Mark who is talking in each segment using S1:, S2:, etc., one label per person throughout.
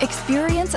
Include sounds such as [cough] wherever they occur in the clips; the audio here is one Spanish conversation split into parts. S1: Experience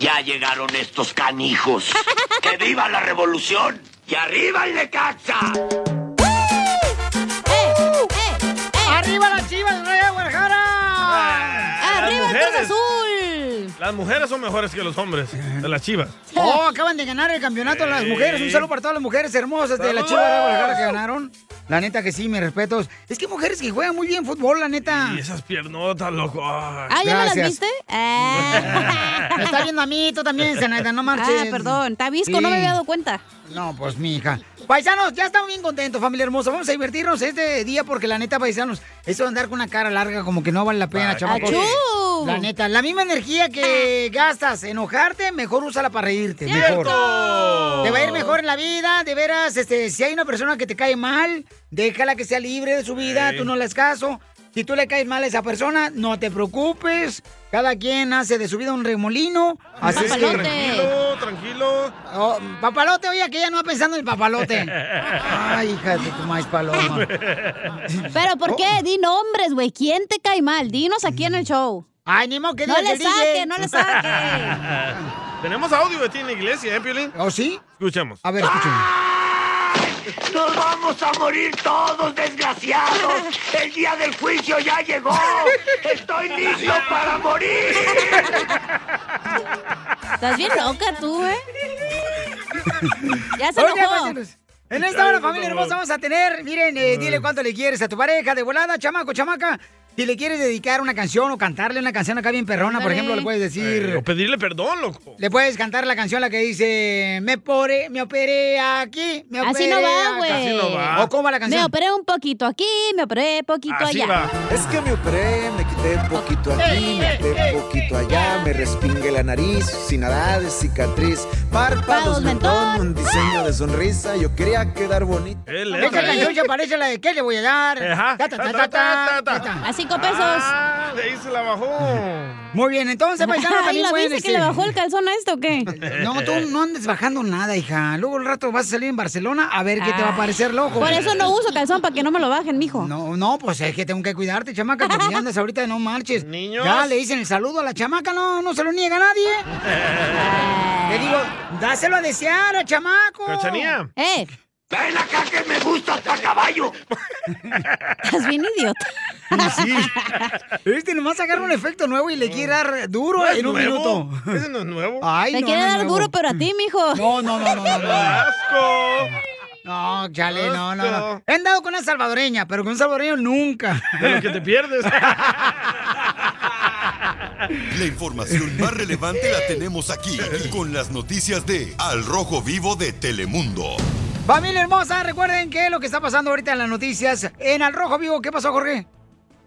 S2: Ya llegaron estos canijos. ¡Que viva la revolución! ¡Y arriba el Necaxa!
S3: ¡Arriba las chivas del Rayo de Guadalajara!
S2: Ah,
S4: Ah,
S5: ¡Arriba el Cruz
S3: Azul!
S5: Las mujeres son mejores que los hombres, de las chivas.
S3: Oh, acaban de ganar el campeonato las mujeres. Un saludo para todas las mujeres hermosas de la Chivas de Rayo de Guadalajara que ganaron. La neta que sí, mis respetos. Es que hay mujeres que juegan muy bien fútbol, la neta. [laughs]
S5: Y esas piernotas, loco.
S4: Ah, ¿ya me las viste? Eh,
S3: Me está viendo a mí, tú también, Zenaida, no marches.
S4: Ah, perdón, Tabisco, no me había dado
S3: cuenta. No, pues mi hija. Paisanos, ya estamos bien contentos, familia hermosa. Vamos a divertirnos este día porque la neta, paisanos, eso de andar con una cara larga como que no vale la pena, chamacos.
S4: ¡Achú!
S3: La neta, la misma energía que gastas enojarte, mejor úsala para reírte, mejor. Te va a ir mejor en la vida, de veras, este, si hay una persona que te cae mal, déjala que sea libre de su vida, tú no le hagas caso. Si tú le caes mal a esa persona, no te preocupes. Cada quien hace de su vida un remolino. Así es que-
S5: Tranquilo, tranquilo.
S3: Oh, papalote, oye, que ella no va pensando en el papalote. Ay, hija de tu maíz paloma.
S4: Pero ¿por qué?
S3: Oh.
S4: Di nombres, güey. ¿Quién te cae mal? Dinos aquí en el show.
S3: Ay, ni modo que
S4: No
S3: digas
S4: le
S3: el
S4: saque,
S3: DJ.
S4: no le
S3: [laughs]
S4: saque.
S5: [laughs] Tenemos audio de ti en la iglesia, ¿eh, Piolín?
S3: ¿Oh, sí?
S5: Escuchemos.
S3: A ver, escuchen.
S2: ¡Nos vamos a morir todos, desgraciados! ¡El día del juicio ya llegó! ¡Estoy listo para morir!
S4: Estás bien loca tú, ¿eh? Ya se
S3: Oigan,
S4: enojó.
S3: paisanos, En esta hora, familia hermosa, vamos a tener, miren, eh, dile cuánto le quieres a tu pareja, de volada, chamaco, chamaca. Si le quieres dedicar una canción o cantarle una canción acá bien perrona, por
S5: Ándale.
S3: ejemplo, le puedes decir...
S5: Eh, o pedirle perdón, loco.
S3: Le puedes cantar la canción la que dice Me pore, me operé aquí, me operé
S4: Así no va,
S3: acá".
S4: güey. Así no va.
S3: O cómo va la
S4: Me
S3: canción.
S4: operé un poquito aquí, me operé poquito allá.
S6: Es que me operé, me quité poquito aquí, me quité poquito allá, me respingué la nariz, sin nada de cicatriz, párpados, mentón, un diseño de sonrisa, yo quería quedar bonito.
S3: Esa canción se parece a la de ¿Qué le voy a dar?
S6: Ajá.
S3: Ta, ta, ta, ta, ta, ta, ta.
S4: A cinco pesos.
S5: Ah, de ahí se la bajó.
S3: Muy bien, entonces, paisano,
S4: [laughs] Ay,
S3: también
S4: ¿lo
S3: pueden,
S4: viste que
S3: este,
S4: le bajó el calzón a esto o qué?
S3: No, tú no andes bajando nada, hija. Luego el rato vas a salir en Barcelona a ver qué te va a parecer loco.
S4: Por eso no uso calzón, para que no me lo bajen, mijo.
S3: No, no, pues es que tengo que cuidarte, chamaca, porque ya andas ahorita no marches.
S5: Niños.
S3: Ya le dicen el saludo a la chamaca, no, no se lo niega a nadie.
S5: [laughs]
S3: Le digo, dáselo a desear al chamaco.
S5: Cachanía.
S4: ¡Eh!
S2: ¡Ven acá que me gusta hasta caballo!
S4: Estás bien idiota.
S3: Sí. [laughs] Este nomás sacaron un efecto nuevo y le quiere dar duro
S5: No es
S3: en un
S5: nuevo.
S3: minuto.
S5: Ese no es nuevo.
S3: Ay,
S4: Te
S3: no,
S4: quiere
S3: no es
S4: dar
S3: nuevo.
S4: duro, pero a ti, mijo.
S3: No, no, no, no, no. No,
S5: ¡Asco!
S3: no chale, no, no, no.
S5: Esto.
S3: He andado con una salvadoreña, pero con un salvadoreño nunca.
S5: De lo que te pierdes.
S7: [laughs] La información más relevante la tenemos aquí, con las noticias de Al Rojo Vivo de Telemundo.
S3: [laughs] Familia hermosa, recuerden que lo que está pasando ahorita en las noticias en Al Rojo Vivo. ¿Qué pasó, Jorge?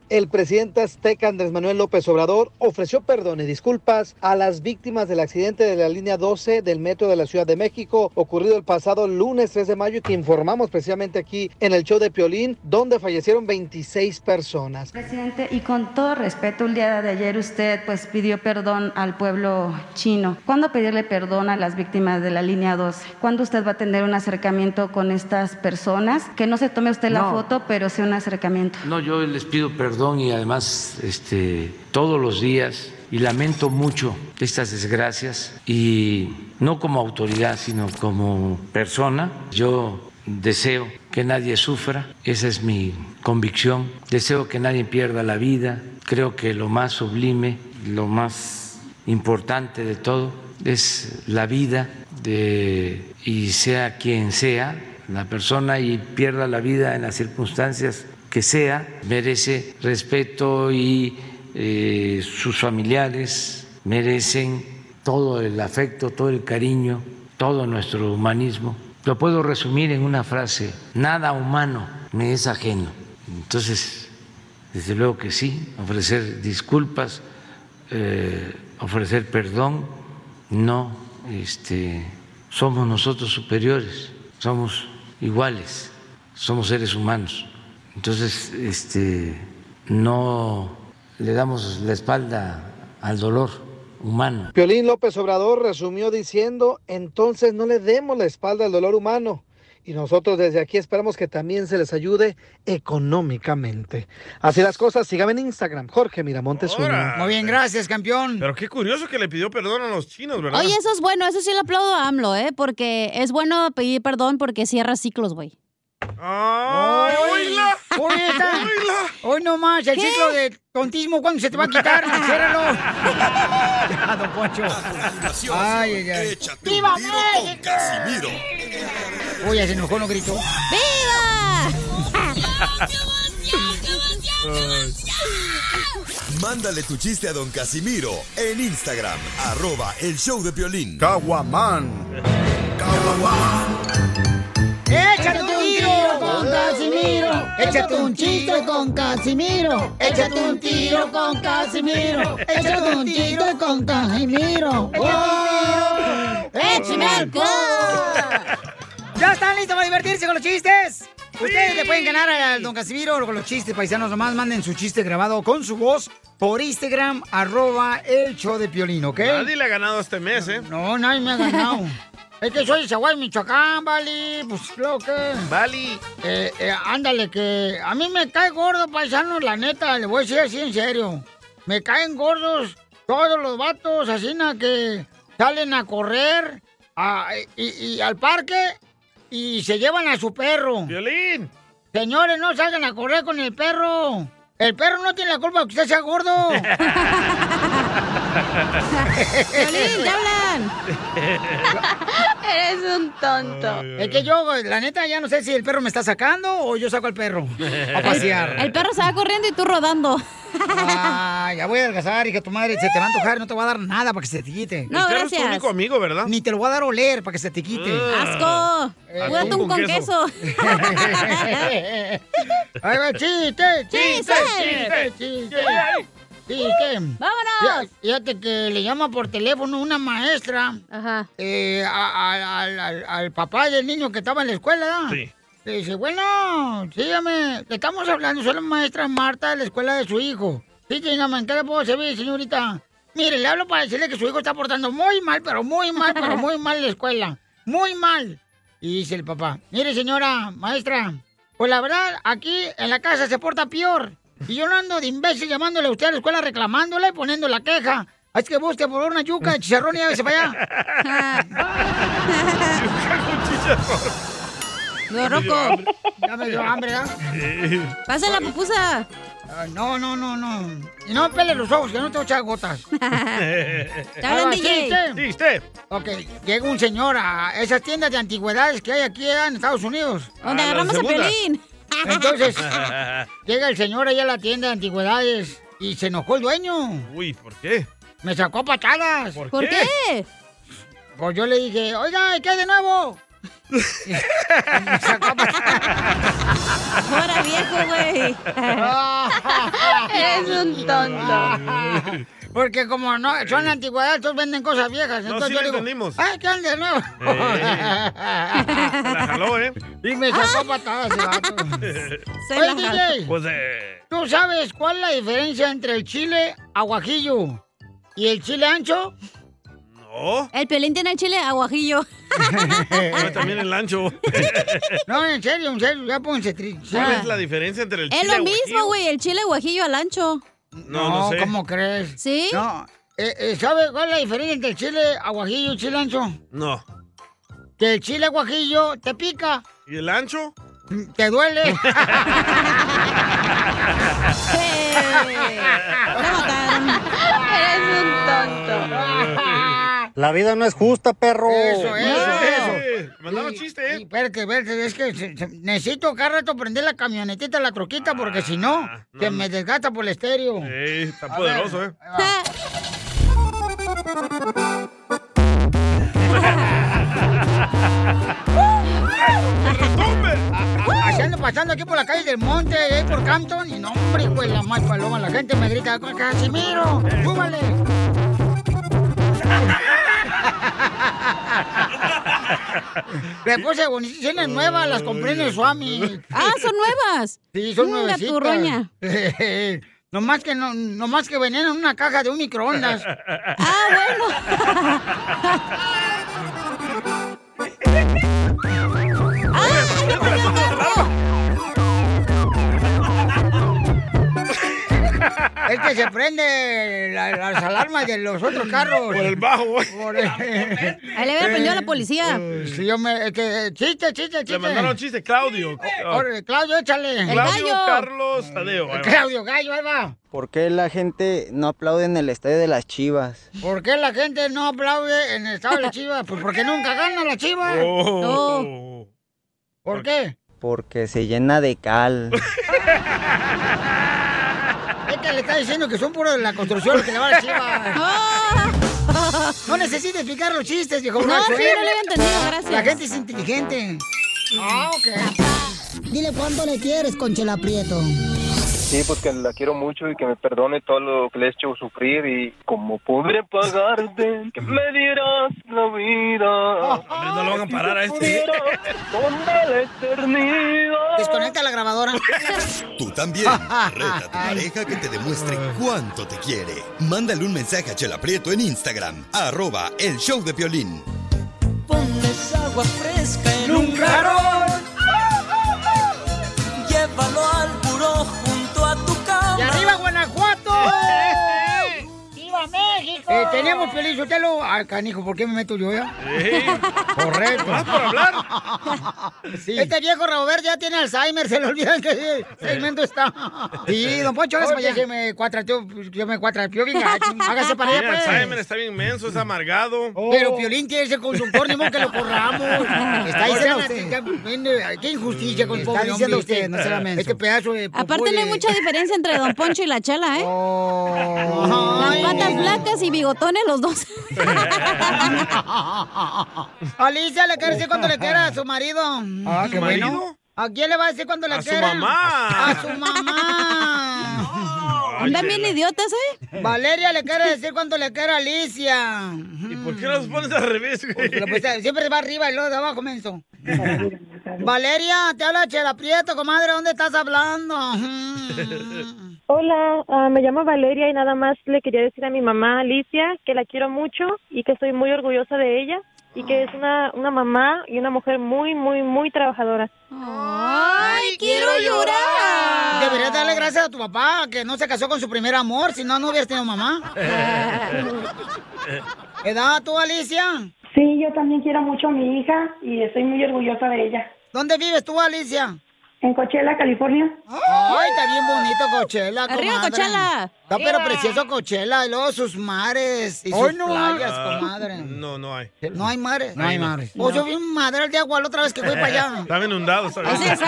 S8: El presidente azteca Andrés Manuel López Obrador ofreció perdón y disculpas a las víctimas del accidente de la línea 12 del metro de la Ciudad de México ocurrido el pasado lunes 3 de mayo y que informamos precisamente aquí en el show de Piolín donde fallecieron 26 personas.
S9: Presidente, y con todo respeto, el día de ayer usted pues pidió perdón al pueblo chino. ¿Cuándo pedirle perdón a las víctimas de la línea 12? ¿Cuándo usted va a tener un acercamiento con estas personas? Que no se tome usted la
S10: No.
S9: foto, pero sí un acercamiento.
S10: No, yo les pido perdón y además este, todos los días y lamento mucho estas desgracias y no como autoridad, sino como persona. Yo deseo que nadie sufra, esa es mi convicción. Deseo que nadie pierda la vida. Creo que lo más sublime lo más importante de todo es la vida de y sea quien sea la persona y pierda la vida en las circunstancias que sea merece respeto y eh, sus familiares merecen todo el afecto todo el cariño todo nuestro humanismo lo puedo resumir en una frase nada humano me es ajeno entonces desde luego que sí ofrecer disculpas eh, ofrecer perdón, no este, somos nosotros superiores, somos iguales, somos seres humanos. Entonces, este, no le damos la espalda al dolor humano.
S8: Piolín López Obrador resumió diciendo, entonces no le demos la espalda al dolor humano. Y nosotros desde aquí esperamos que también se les ayude económicamente. Así las cosas, síganme en Instagram, Jorge Miramontes. uno.
S3: Muy bien, gracias, campeón.
S5: Pero qué curioso que le pidió perdón a los chinos, ¿verdad?
S4: Oye, eso es bueno, eso sí le aplaudo a AMLO, ¿eh? Porque es bueno pedir perdón porque cierra ciclos, güey.
S5: ¡Ay, oíla!
S3: Hoy está. Hoy no más, el
S4: ¿Qué?
S3: ciclo de tontismo, ¿cuándo se te va a quitar? Ciérralo. Ya, don Poncho. Ay, ay, ay.
S2: ¡Viva
S7: Casimiro.
S3: Uy, ya se enojó, no gritó. [laughs]
S7: Mándale tu chiste a don Casimiro en Instagram, arroba el show de violín. Caguaman.
S3: Échate un tiro con Casimiro. Échate un chiste con Casimiro. Échate un tiro con Casimiro. Échate un chiste con Casimiro. ¡Wow! ¡Échame ¿Ya están listos para divertirse con los chistes? Ustedes le pueden ganar al don Casimiro con los chistes paisanos. Nomás manden su chiste grabado con su voz por Instagram, arroba el show de Piolín, ¿ok?
S5: Nadie le ha ganado este mes, ¿eh?
S3: No, nadie me ha
S5: [laughs]
S3: ganado. Es que soy de Chihuahua, Michoacán, vale, pues lo que...
S5: Vale.
S3: Eh, eh, ándale, que a mí me cae gordo, paisano, la neta, le voy a decir así en serio. Me caen gordos todos los vatos, así na, que salen a correr a- y, y al parque y se llevan a su perro.
S5: ¡Violín!
S3: Señores, no salgan a correr con el perro. El perro no tiene la culpa que usted sea gordo. [laughs]
S2: Violín, ya
S3: hablan! [laughs] Eres un tonto. Es que yo, la neta, ya no sé si el perro me está sacando o yo saco al perro a pasear.
S4: [laughs] El perro se va corriendo y tú rodando.
S3: Ah, ya voy a adelgazar, hija, tu madre se te va a antojar, no te va a dar nada para que se te quite.
S4: No, El perro es tu gracias. único
S5: amigo, ¿verdad?
S3: Ni te lo voy a dar a oler para que se te quite.
S4: ¡Asco! ¡Juega un Ah, con queso!
S3: [laughs]
S4: [laughs]
S3: Ahí va, chiste, chiste,
S2: Chiste,
S3: chiste,
S2: chiste.
S3: chiste. Chiste.
S2: Vámonos.
S3: Fí- Fíjate que le llama por teléfono una maestra eh, a- a- al, al- al papá del niño que estaba en la escuela. ¿da?
S2: Sí.
S3: Le dice, bueno, sígame, le estamos hablando, soy la maestra Marta de la escuela de su hijo. Sí, dígame, ¿en qué le puedo servir, señorita? Mire, le hablo para decirle que su hijo está portando muy mal, pero muy mal, pero muy mal en la escuela. Muy mal. Y dice el papá, mire señora, maestra, pues la verdad, aquí en la casa se porta peor. Y yo no ando de imbécil llamándole a usted a la escuela reclamándole y poniendo la queja. Así que busque por una yuca de chicharrón y hágase para allá.
S4: ¡No, roco!
S3: Ya me dio hambre, ¿verdad?
S4: ¡Pasa la pupusa!
S3: no, no, no, no. Y no pele los ojos, que no te voy a echar gotas.
S2: Te
S3: Ahí va,
S2: hablan, DJ.
S3: chiste. Ok, llega un señor a esas tiendas de antigüedades que hay aquí eh, en Estados Unidos.
S2: Donde Ah, la agarramos el segunda. pelín.
S3: Entonces, llega el señor allá a la tienda de antigüedades y se enojó el dueño.
S5: Uy, ¿por qué?
S3: Me sacó a patadas. ¿Por,
S5: ¿Por qué?
S3: Pues yo le dije, oiga, ¿y ¿qué hay de nuevo? me sacó a patadas.
S4: Ahora viejo,
S3: [laughs]
S4: güey.
S3: Eres un tonto. [laughs] Porque como no son antigüedades, todos venden cosas viejas.
S2: No,
S3: Entonces
S2: sí
S3: yo
S2: lo
S3: digo,
S2: entendimos.
S3: ay, ¿qué hay de nuevo?
S5: La jaló, ¿eh?
S3: Y me sacó a patadas el vato.
S2: Se
S3: Oye,
S2: la
S3: DJ,
S5: Pues, eh,
S3: [laughs] ¿tú sabes cuál es la diferencia entre el chile aguajillo y el chile ancho?
S5: no.
S4: El pelín tiene el chile aguajillo.
S5: Pero también el
S3: [laughs]
S5: ancho.
S3: No, en serio, en serio, ya pónganse tristes.
S5: ¿Cuál es la diferencia entre el
S4: Es
S5: chile
S4: lo mismo, güey, el chile guajillo al ancho.
S5: No, no sé.
S3: ¿cómo crees?
S4: ¿Sí?
S3: No. Eh, eh, ¿Sabe cuál es la diferencia entre el chile aguajillo y el chile ancho?
S5: No.
S3: Que el chile aguajillo te pica,
S5: ¿Y el ancho?
S3: te
S4: [laughs]
S5: [laughs]
S3: duele.
S4: ¡Eh!
S5: [laughs]
S2: Lo mataron. Eres
S3: ¿verdad?
S11: La vida no es justa, perro.
S3: Eso, eso, eso.
S5: Mandaba chiste,
S3: ¿eh? espérate, espérate, es que se- se- necesito cada rato prender la camionetita, la troquita,
S5: Ah,
S3: porque si no, se me desgasta por el estéreo.
S5: Ey, está
S3: A
S5: poderoso,
S3: ver,
S5: ¿eh?
S3: ahí va. Así ando pasando aquí por la calle del monte, ahí por Campton, y no, hombre, güey, la más paloma, la gente me grita, ¡Casimiro,
S4: [laughs]
S3: súbale! Le puse boniciones nuevas, las compré en el Suami.
S4: Ah, ¿son nuevas?
S3: Sí, son
S4: Mm,
S3: nuevas.
S4: gaturroña.
S3: [laughs] Nomás que no, nomás que venían en una caja de un microondas.
S4: Ah,
S3: [laughs] bueno. Es que se prende la- las alarmas de los otros carros. Por el bajo, güey. Ahí
S4: le hubiera prendido a la policía.
S3: Sí, yo me... este, chiste, chiste, chiste. Oh.
S5: Le mandaron chiste, Claudio.
S3: Órale, Claudio, échale.
S5: Claudio Carlos Tadeo. ahí va.
S3: Claudio Gallo, ahí va.
S12: ¿Por qué la gente no aplaude en el estadio de las Chivas?
S3: ¿Por qué la gente no aplaude en el estado de las chivas? Pues porque nunca gana la chiva.
S12: Oh.
S3: ¿Por qué?
S12: Porque se llena de cal.
S3: Este le está diciendo que son puros de la construcción los que le van a las
S4: [laughs] Ah.
S3: chivas. No necesita explicar los chistes, viejo.
S4: No,
S3: borracho,
S4: sí,
S3: ¿eh?
S4: no le había entendido, gracias.
S3: La gente es inteligente. Ah, ok.
S6: Dile cuánto le quieres, Conchela Prieto.
S13: Sí, pues que la quiero mucho y que me perdone todo lo que le he hecho sufrir y como podré pagarte, que me dirás la
S6: Ah,
S13: vida.
S5: No lo hagan parar a este.
S3: Desconecta
S6: [laughs]
S3: la grabadora.
S7: Tú también. Reta a tu pareja que te demuestre cuánto te quiere. Mándale un mensaje a Chela Prieto en Instagram. Arroba el show de violín.
S9: Ponles agua fresca en
S3: un
S9: carón. Llévalo al buró junto a tu cama.
S3: ¡Y arriba, Guanajuato!
S9: [laughs] ¡Viva México!
S3: Eh, tenemos feliz Sotelo. Ah, canijo, ¿por qué me meto yo ya?
S9: Sí.
S3: Correcto.
S9: ¿Más por
S3: [laughs]
S9: hablar?
S3: Este viejo Robert ya tiene Alzheimer, se le olvida que el segmento está. Sí, don Poncho, hágase para allá que me cuatrateó, yo me cuatrateó bien [laughs]
S5: [laughs]
S3: gacho. Hágase para allá,
S5: Tiene
S3: pues. Oh. [laughs]
S5: Alzheimer está bien menso, está amargado.
S3: Pero Piolín tiene ese consultor, ni modo que lo corramos. Está diciendo
S5: Oigan, usted.
S3: usted. Qué injusticia con el
S5: Está
S3: pobre
S5: diciendo
S3: hombre,
S5: usted, no sea menso.
S3: Este pedazo de popó
S4: Aparte no hay
S3: de-
S4: mucha diferencia entre Don Poncho y la Chela, ¿eh?
S3: Oh.
S4: Las patas blancas y bigotones los dos. [laughs]
S3: Alicia le quiere decir cuánto le queda a su marido.
S9: Ah, qué
S3: ¿Su
S9: bueno.
S3: marido? ¿A quién le va a decir cuánto le
S9: A su
S3: queda?
S9: mamá.
S3: A su mamá.
S4: [laughs] Andan bien idiotas, ¿eh?
S3: Valeria le quiere decir cuánto le queda a Alicia.
S5: ¿Y por qué los pones al revés, güey?
S3: Porque lo
S9: [laughs]
S3: puse- siempre va arriba y luego de abajo, menso. Valeria, te habla Chela Prieto, comadre, ¿dónde estás hablando?
S14: Hola, ah, me llamo Valeria y nada más le quería decir a mi mamá Alicia que la quiero mucho y que estoy muy orgullosa de ella y que es una, una mamá y una mujer muy, muy, muy trabajadora.
S3: ¡Ay,
S14: quiero llorar!
S3: Deberías darle gracias a tu papá que no se casó con su primer amor, si no, no hubieras tenido
S9: [laughs]
S3: mamá. ¿Edad tú, Alicia?
S15: Sí, yo también quiero mucho a mi hija y estoy muy orgullosa de ella.
S3: ¿Dónde vives tú, Alicia?
S15: En Coachella, California.
S3: Ay, está bien bonito Coachella,
S15: Arriba,
S3: comadre.
S15: Coachella.
S3: Está pero
S15: Arriba.
S3: precioso Coachella, y luego sus mares y
S5: Ay,
S3: sus playas,
S5: Ah,
S3: comadre.
S5: No, no hay.
S3: No hay mares.
S5: No hay mares.
S3: Pues yo vi un madral de agua la otra vez que fui para
S5: [laughs]
S3: allá.
S5: Estaba inundado, ¿sabes?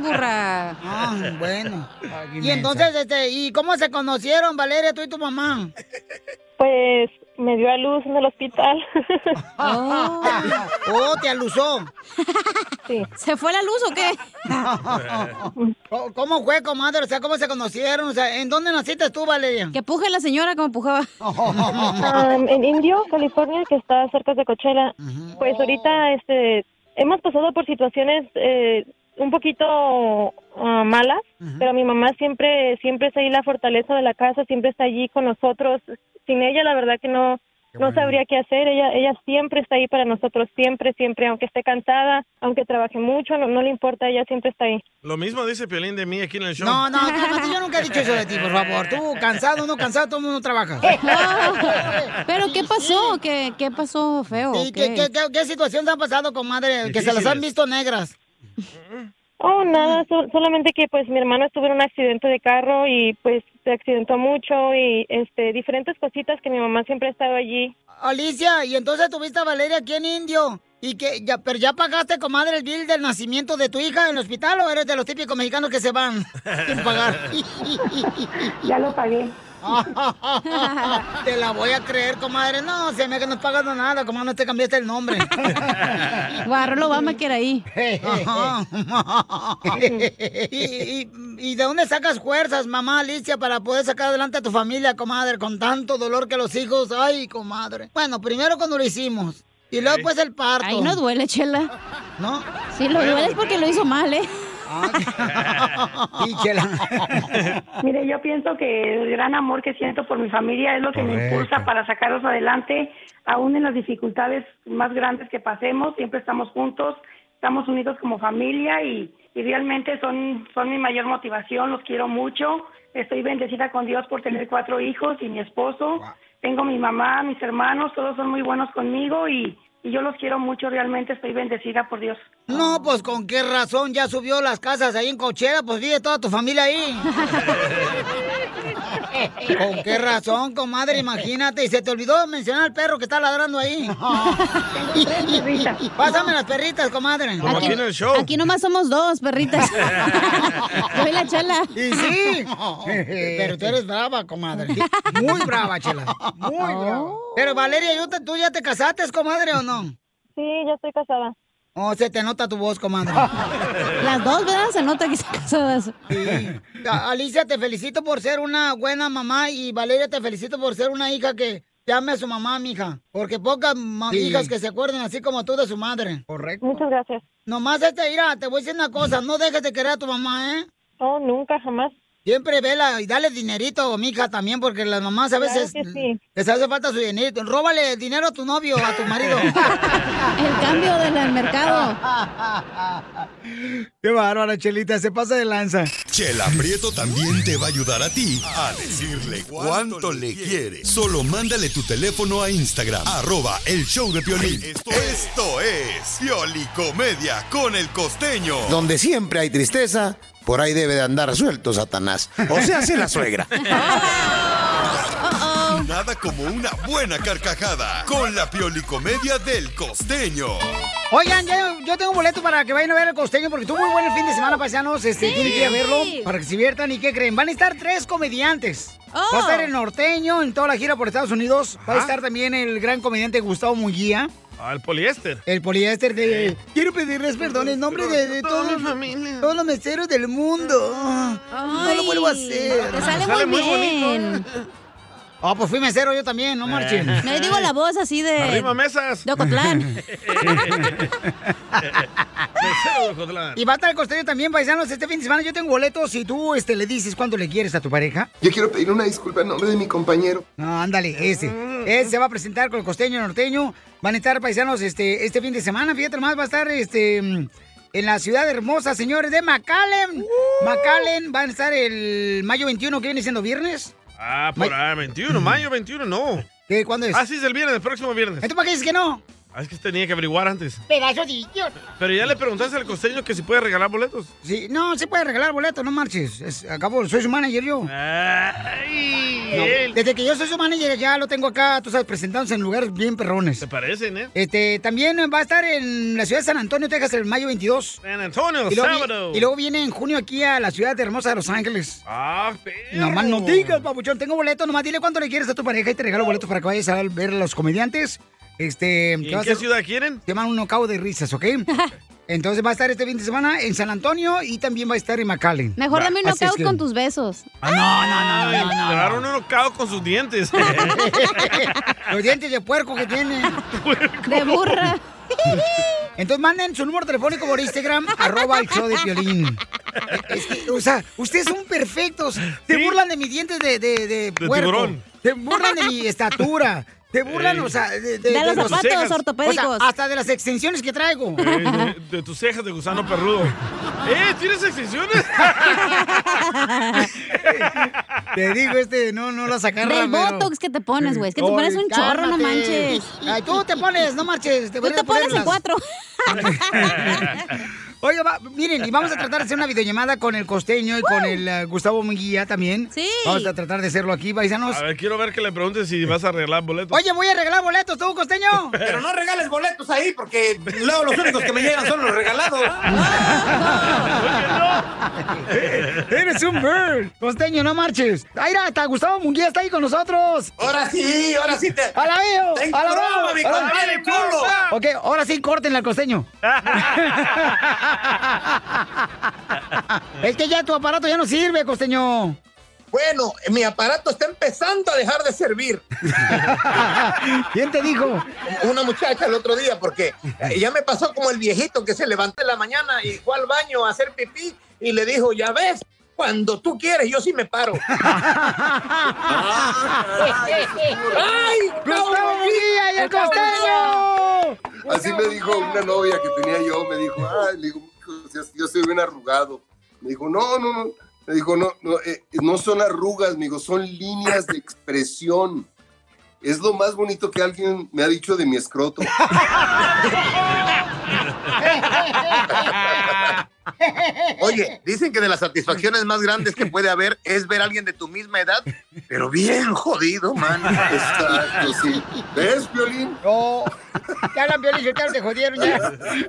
S3: burra. Ah, bueno. Y entonces, este, ¿y cómo se conocieron, Valeria, tú y tu mamá?
S14: Pues me dio a luz en el hospital.
S3: [laughs] Oh, te alusó.
S14: Sí.
S4: ¿Se fue la luz o
S3: qué? [laughs] ¿Cómo- ¿Cómo fue, comadre? O sea, ¿cómo se conocieron? O sea, ¿en dónde naciste tú, Valeria?
S4: Que puje la señora como pujaba.
S14: Am, en Indio, California, que está cerca de Coachella. Pues ahorita este, hemos pasado por situaciones eh, un poquito ah, malas, pero mi mamá siempre, siempre está ahí la fortaleza de la casa, siempre está allí con nosotros. Sin ella, la verdad que no, no sabría qué hacer. Ella, ella siempre está ahí para nosotros, siempre, siempre, aunque esté cansada, aunque trabaje mucho, no, no le importa, ella siempre está ahí.
S5: Lo mismo dice Piolín de mí aquí en el show.
S3: No, no, cálmate, yo nunca he dicho eso de ti, por favor. Tú, cansado, no cansado, todo el mundo trabaja.
S4: ¿Pero qué pasó? ¿Qué, qué pasó feo?
S3: ¿Y qué, qué, qué, qué situación te ha pasado, comadre? Que se las
S4: Difíciles.
S3: han visto negras.
S14: Oh, nada, sol- solamente que pues mi hermano estuvo en un accidente de carro y pues se accidentó mucho y este diferentes cositas que mi mamá siempre ha estado allí.
S3: Alicia, y entonces tuviste a Valeria aquí en Indio. Y que ya, pero ya pagaste, comadre, el bill del nacimiento de tu hija en el hospital o eres de los típicos mexicanos que se
S15: [laughs]
S3: van sin pagar.
S15: Ya lo pagué.
S3: [laughs] Te la voy a creer, comadre. No, se me que no has pagado nada, como no te cambiaste el
S15: [laughs]
S3: nombre.
S4: Barro lo Obama que era ahí.
S3: Ajá. [laughs] ¿Y, y, y de dónde sacas fuerzas, mamá Alicia, para poder sacar adelante a tu familia, comadre, con tanto dolor que los hijos? Ay, comadre. Bueno, primero cuando lo hicimos. Y luego después el parto.
S4: Ay, no duele, Chela.
S3: ¿No?
S4: Sí, lo duele es porque lo hizo mal, ¿eh?
S15: [laughs] Mire, yo pienso que el gran amor que siento por mi familia es lo que me
S11: Correcto.
S15: impulsa para sacarlos adelante, aún en las dificultades más grandes que pasemos, siempre estamos juntos, estamos unidos como familia y, y realmente son, son mi mayor motivación, los quiero mucho, estoy bendecida con Dios por tener cuatro hijos y mi esposo, tengo mi mamá, mis hermanos, todos son muy buenos conmigo y, y yo los quiero mucho, realmente estoy bendecida por Dios.
S3: No, pues con qué razón ya subió las casas ahí en Cochera, pues vive toda tu familia
S4: [laughs]
S3: ahí. Con qué razón, comadre, imagínate. Y se te olvidó mencionar al perro que está
S4: [laughs]
S3: ladrando ahí. Pásame las perritas, comadre.
S5: Como aquí en el show.
S4: Aquí nomás somos dos
S5: [laughs]
S4: perritas. [laughs] Yo y la Chela.
S3: [laughs] Y sí. Pero tú eres brava,
S5: [laughs]
S3: comadre. Muy brava, chela. Muy brava. Pero Valeria, yo te- ¿tú ya te casaste, comadre, o no?
S14: Sí, ya estoy casada.
S3: Oh, se te nota tu voz, comadre.
S4: [laughs] Las dos, ¿verdad? Se nota que están casadas.
S3: A- Alicia, te felicito por ser una buena mamá y Valeria, te felicito por ser una hija que llame a su mamá, mija. Porque pocas ma-
S9: Sí.
S3: hijas que se acuerden así como tú de su madre.
S14: Correcto. Muchas gracias.
S3: Nomás este, mira, te voy a decir una cosa, no dejes de querer a tu mamá, ¿eh?
S14: No, nunca, jamás.
S3: Siempre vela y dale dinerito, mija, también, porque las mamás a
S14: Claro
S3: veces
S14: que sí.
S3: les hace falta su dinerito. Róbale dinero a tu novio, a tu marido. El
S4: cambio del
S3: mercado. Qué bárbara, Chelita, se pasa de lanza.
S7: Chela Prieto también te va a ayudar a ti a decirle cuánto le quiere. Solo mándale tu teléfono a Instagram, arroba el show de Piolín. Esto es Pioli Comedia con el costeño.
S16: Donde siempre hay tristeza, por ahí debe de andar suelto Satanás. O sea, hace
S2: [laughs]
S16: la suegra.
S7: Nada como una buena carcajada con la Pioli Comedia del costeño.
S3: Oigan, ya- yo tengo un boleto para que vayan a ver el costeño porque tuvo muy buen el fin de semana, paisanos. Este, tienen que ir a verlo para que se diviertan. ¿Y qué creen? Van a estar tres comediantes. Va a
S4: Oh.
S3: estar el norteño en toda la gira por Estados Unidos. Va a
S5: Ajá.
S3: estar también el gran comediante Gustavo Munguía.
S5: Ah, el poliéster.
S3: El poliéster de... Quiero pedirles perdón en nombre de, de todos, los, todos los meseros del mundo. no lo vuelvo a hacer.
S4: te sale Sale muy muy bien.
S3: [laughs] Ah, pues fui mesero yo también, no marchen.
S4: Me digo la voz así de.
S3: Arriba
S5: Eh. mesas.
S4: De Ocotlán.
S5: [laughs]
S3: [laughs] Y va a estar el costeño también, paisanos. Este fin de semana yo tengo boletos. Si tú este, le dices cuánto le quieres a tu pareja.
S17: Yo quiero pedir una disculpa en nombre de mi compañero. Mm.
S3: No, ándale, ese. Ese se va a presentar con el costeño norteño. Van a estar paisanos este, este fin de semana. Fíjate más, va a estar este, mm, en la ciudad hermosa, señores, de McAllen. McAllen va a estar el mayo 21, que viene siendo viernes.
S5: Ah, por ahí,
S3: [clears throat]
S5: 21, mayo 21, no.
S3: ¿Qué, ¿Cuándo es?
S5: Ah, sí, es el viernes, el próximo viernes.
S3: ¿Entonces para qué dices que no?
S5: Ah, es que tenía que averiguar antes.
S3: Pedazo de idiota.
S5: Pero ya le preguntaste al costeño que si puede regalar boletos.
S3: Sí, no, se puede regalar boletos, no marches. Es- acabo, soy su manager yo. No, desde que yo soy su manager ya lo tengo acá, tú sabes, presentándose en lugares bien perrones. ¿Te
S5: parecen, eh?
S3: Este, también va a estar en la ciudad de San Antonio, Texas, el mayo 22.
S5: San Antonio,
S3: y luego, vi-
S5: sábado.
S3: Y luego viene en junio aquí a la ciudad hermosa de Los Ángeles.
S5: Ah,
S3: Nomás no digas, papuchón, tengo boletos, nomás dile cuánto le quieres a tu pareja y te regalo boletos para que vayas a ver a los comediantes. Este,
S5: ¿Y en qué ciudad quieren?
S3: Se llaman un nocao de risas, ¿ok? Entonces va a estar este fin de semana en San Antonio y también va a estar en McAllen.
S4: Mejor dame un
S3: Así es
S4: knockout
S3: que-
S4: con tus besos.
S3: Ah, no, no, no, no, no,
S5: Ay, Le
S3: no, no.
S5: agarraron un nocao con sus dientes.
S3: [laughs] Los dientes de puerco que tiene.
S4: De burra.
S3: [laughs] Entonces manden su número telefónico por Instagram, arroba el show de violín. Es que, o sea, ustedes son perfectos. Se burlan de mis dientes de, de, de puerco.
S9: tiburón.
S3: Se burlan de mi estatura. Se burlan,
S5: Ey.
S3: o sea, de,
S5: De los
S3: los-
S5: zapatos
S3: o sea,
S5: ortopédicos.
S3: hasta de las extensiones que traigo.
S5: Eh, de, de tus cejas de gusano
S3: [laughs]
S5: perrudo. ¡Eh! ¿Tienes extensiones?
S3: Te digo, este, no, no la sacaron.
S4: Del botox que te pones, güey. Es que te pones un chorro, no manches.
S3: Ay, tú te pones, no marches.
S4: Tú te
S3: deberías
S4: pones en
S3: ponerlas.
S4: cuatro.
S3: Oiga, va- miren, y vamos a tratar de hacer una videollamada con el costeño y con el eh, Gustavo Munguía también. Sí. Vamos a tratar de hacerlo aquí, paisanos.
S5: A ver, quiero ver que le preguntes si vas a arreglar boletos.
S3: Oye, voy a regalar boletos, tú, costeño.
S5: Pero no
S3: regales boletos ahí porque
S5: luego los únicos que me llegan son los regalados.
S3: Ah, Eres un bird. Costeño, no marches. Aira, hasta Gustavo Munguía está ahí con nosotros.
S2: Ahora sí, ahora sí te-
S3: ¡A la veo!
S2: Ten
S3: ¡A la
S2: culo,
S3: veo!
S2: mi
S3: ¡A la
S2: compadre,
S3: veo!
S2: culo!
S3: Ok, ahora sí, córtenle al [laughs] costeño. es que ya tu aparato ya no sirve, costeño.
S2: Bueno, mi aparato está empezando a dejar de servir.
S3: [laughs] ¿Quién te dijo?
S2: Una muchacha el otro día, porque eh, ya me pasó como el viejito que se levantó en la mañana y fue al baño a hacer pipí y le dijo, ya ves, cuando tú quieres, yo sí me
S3: [laughs]
S2: paro. Ah,
S9: ¡Ay!
S2: ¡Gustavo
S3: Munguía y el
S17: Así me dijo una novia que tenía yo, me dijo, ay, le digo, "Mijo, si es- yo soy bien arrugado. Me dijo, no, no, no. Me dijo, no, no, eh, no son arrugas, me dijo, son líneas de expresión. Es lo más bonito que alguien me ha dicho de mi
S3: [laughs]
S17: escroto.
S2: Oye, dicen que de las satisfacciones más grandes que puede haber es ver a alguien de tu misma edad, pero bien jodido, man.
S17: [laughs] Exacto, pues, sí. ¿Ves, Violín?
S3: No. Te hablan, Piolín, Sotelo, te jodieron ya.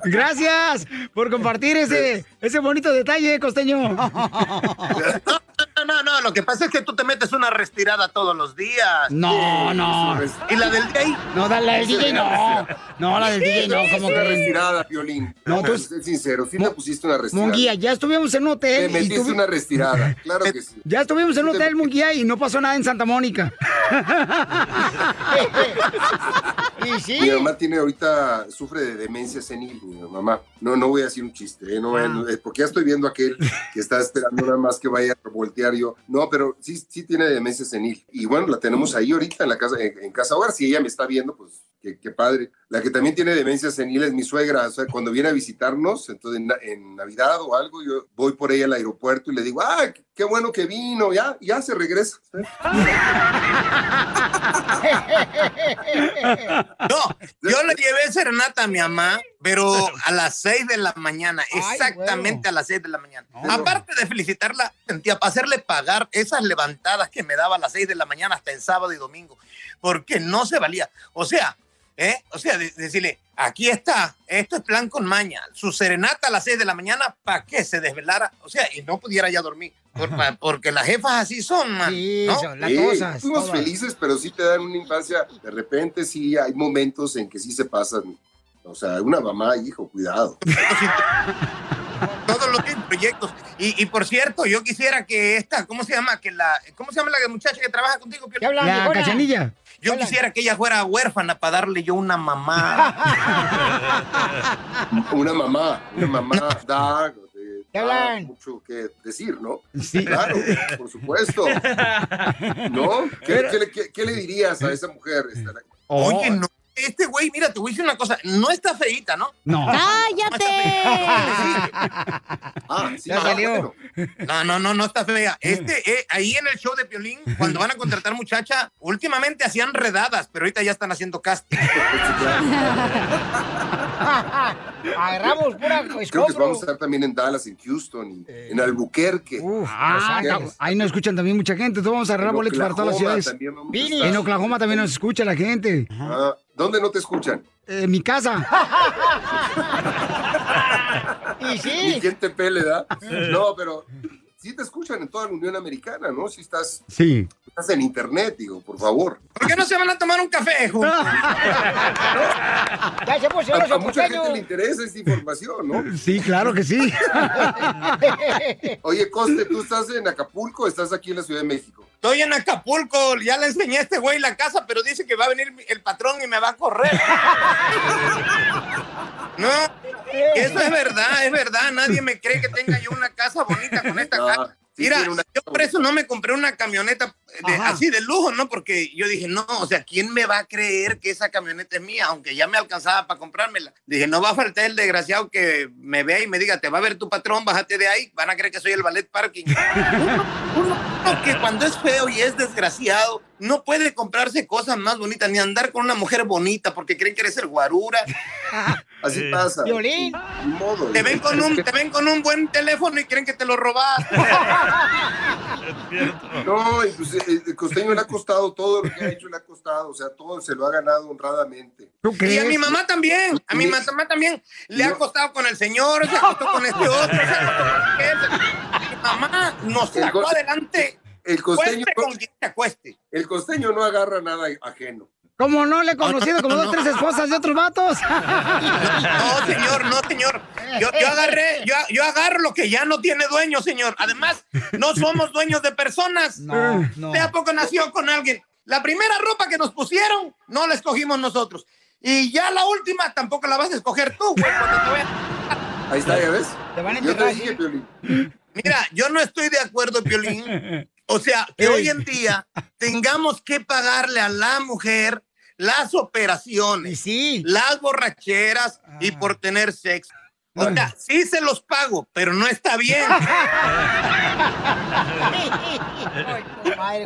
S3: Gracias por compartir ese, ese bonito detalle, costeño.
S2: No, no, no, lo que pasa es que tú te metes una respirada todos los días.
S3: No, no.
S2: ¿Y la del DJ?
S3: No, la del DJ no. No, la del DJ no, como
S17: Una
S3: que...
S17: retirada, Violín.
S3: No,
S17: No,
S3: tú-
S17: tú... sincero, sí me pusiste una retirada.
S3: Munguía, ya estuvimos en un
S17: Te
S3: hotel. y
S17: metiste
S3: tuvi-
S17: una retirada, claro que sí.
S3: Ya estuvimos en un hotel, Munguía, y no pasó nada en Santa
S17: [laughs]
S3: Mónica.
S17: Ah,
S3: y sí.
S17: Mi mamá tiene ahorita, sufre de demencia senil, mi mamá. No, no voy a decir un chiste, ¿eh? No,
S3: Ah.
S17: no, eh, porque ya estoy viendo a aquel que está esperando nada más que vaya a voltear yo. No, pero sí, sí tiene demencia senil. Y bueno, la tenemos ahí ahorita en la casa, en, en casa hogar. Si ella me está viendo, pues qué, qué padre. La que también tiene demencia senil es mi suegra. O sea, cuando viene a visitarnos, entonces en, na- en Navidad o algo, yo voy por ella al aeropuerto y le digo, ah, qué bueno que vino, ya, ya se regresa.
S2: No, yo le llevé serenata a mi mamá, pero a las 6 de la mañana, exactamente a las 6 de la mañana. Aparte de felicitarla, sentía para hacerle pagar esas levantadas que me daba a las 6 de la mañana hasta el sábado y domingo, porque no se valía. O sea, ¿eh? o sea, de- decirle, aquí está, esto es plan con maña, su serenata a las 6 de la mañana para que se desvelara, o sea, y no pudiera ya dormir, por- pa- porque las jefas así son, man, ¿no?
S17: Sí, Fuimos felices, pero sí te dan una infancia. De repente sí hay momentos en que sí se pasan. O sea, una mamá, hijo, cuidado.
S2: todos los que- proyectos. Y, y por cierto, yo quisiera que esta, ¿cómo se llama? Que la, ¿Cómo se llama la muchacha que trabaja contigo? Que
S3: habla, La viejona? Cachanilla.
S2: Yo quisiera que ella fuera huérfana para darle yo
S3: [laughs]
S2: una mamá.
S17: Una mamá, una mamá da, eh,
S3: ¿Qué
S17: da
S3: hablan?
S17: mucho que decir, ¿no?
S3: Sí.
S17: Claro, por supuesto. ¿No? ¿Qué, qué le- qué- qué le dirías a esa mujer?
S3: Mm.
S17: Estará-
S3: Oh.
S2: Oye, no, este güey, mira, te voy a decir una cosa, no está feita, ¿no?
S3: No.
S2: ¡Cállate!
S3: Ya salió.
S2: No, no, no, no está fea. Este, eh, ahí en el show de Piolín, cuando van a contratar muchacha, últimamente hacían redadas, pero ahorita ya están haciendo casting.
S3: [laughs] Agarramos pura Eh.
S17: Creo que
S3: escombro.
S17: vamos a estar también en Dallas, en Houston, y en Albuquerque.
S3: Ah, ca- ahí nos escuchan también mucha gente. Entonces vamos a agarrar
S17: En
S3: boletos para todas las
S17: Oklahoma
S3: ciudades.
S17: también vamos a
S3: Vini.
S17: estar.
S3: En Oklahoma también nos escucha la gente.
S17: Ah, ¿Dónde no te escuchan?
S3: Eh, en mi casa. Y sí.
S17: Ni quién Ah, te pele, ¿da? No, pero sí te escuchan en toda la Unión Americana, ¿no? Si estás,
S3: [laughs] Sí.
S17: estás en internet, digo, por favor.
S2: ¿Por qué no se van a tomar un café juntos?
S3: [laughs] Ya se
S17: A, a mucha gente le interesa esta información, ¿no?
S3: Sí, claro que sí.
S17: Oye, Coste, ¿tú estás en Acapulco o estás aquí en la Ciudad de México?
S2: Estoy en Acapulco, ya le enseñé a este güey la casa, pero dice que va a venir el patrón y me va a correr. [laughs] No, eso es verdad, es verdad. Nadie me cree que tenga yo una casa bonita con esta casa. Mira, yo por eso no me compré una camioneta de- así de lujo, ¿no? Porque yo dije, no, o sea, ¿quién me va a creer que esa camioneta es mía? Aunque ya me alcanzaba para comprármela. Dije, no va a faltar el desgraciado que me vea y me diga, te va a ver tu patrón, bájate de ahí, van a creer que soy el ballet parking. Uno- uno que cuando es feo y es desgraciado, no puede comprarse cosas más bonitas ni andar con una mujer bonita porque creen que eres el guarura.
S17: Así pasa.
S3: Violín.
S17: Modo,
S2: Te
S17: [laughs]
S2: ven con un, te ven con un buen teléfono y creen que te lo robaste.
S17: No, y pues, eh, el costeño le ha costado todo lo que ha hecho, le ha costado, o sea, todo se lo ha ganado honradamente.
S2: Y a mi mamá también, a mi mamá también le ha costado con el señor, se acostó con este otro, se acostó con aquel. Mi mamá nos
S17: El
S2: sacó
S17: co-
S2: adelante.
S17: El costeño,
S2: Cueste con quien te acueste.
S17: el costeño no agarra nada ajeno.
S3: ¿Cómo no le he conocido como dos, tres esposas de otros vatos? [laughs]
S2: No, señor, no, señor. Yo, yo agarré, yo, yo agarro lo que ya no tiene dueño, señor. Además, no somos dueños de personas.
S3: No, no.
S2: ¿De a poco nació con alguien? La primera ropa que nos pusieron, no la escogimos nosotros. Y ya la última tampoco la vas a escoger tú, güey, cuando te veas.
S17: Ahí está, ya ves.
S3: Te van a
S17: Yo te
S3: enterrar, ¿eh?
S17: dije, Piolín.
S2: Mira, yo no estoy de acuerdo, Piolín. O sea, que hoy en día tengamos que pagarle a la mujer las operaciones, las borracheras y por tener sexo. O sea, sí se los pago, pero no está bien.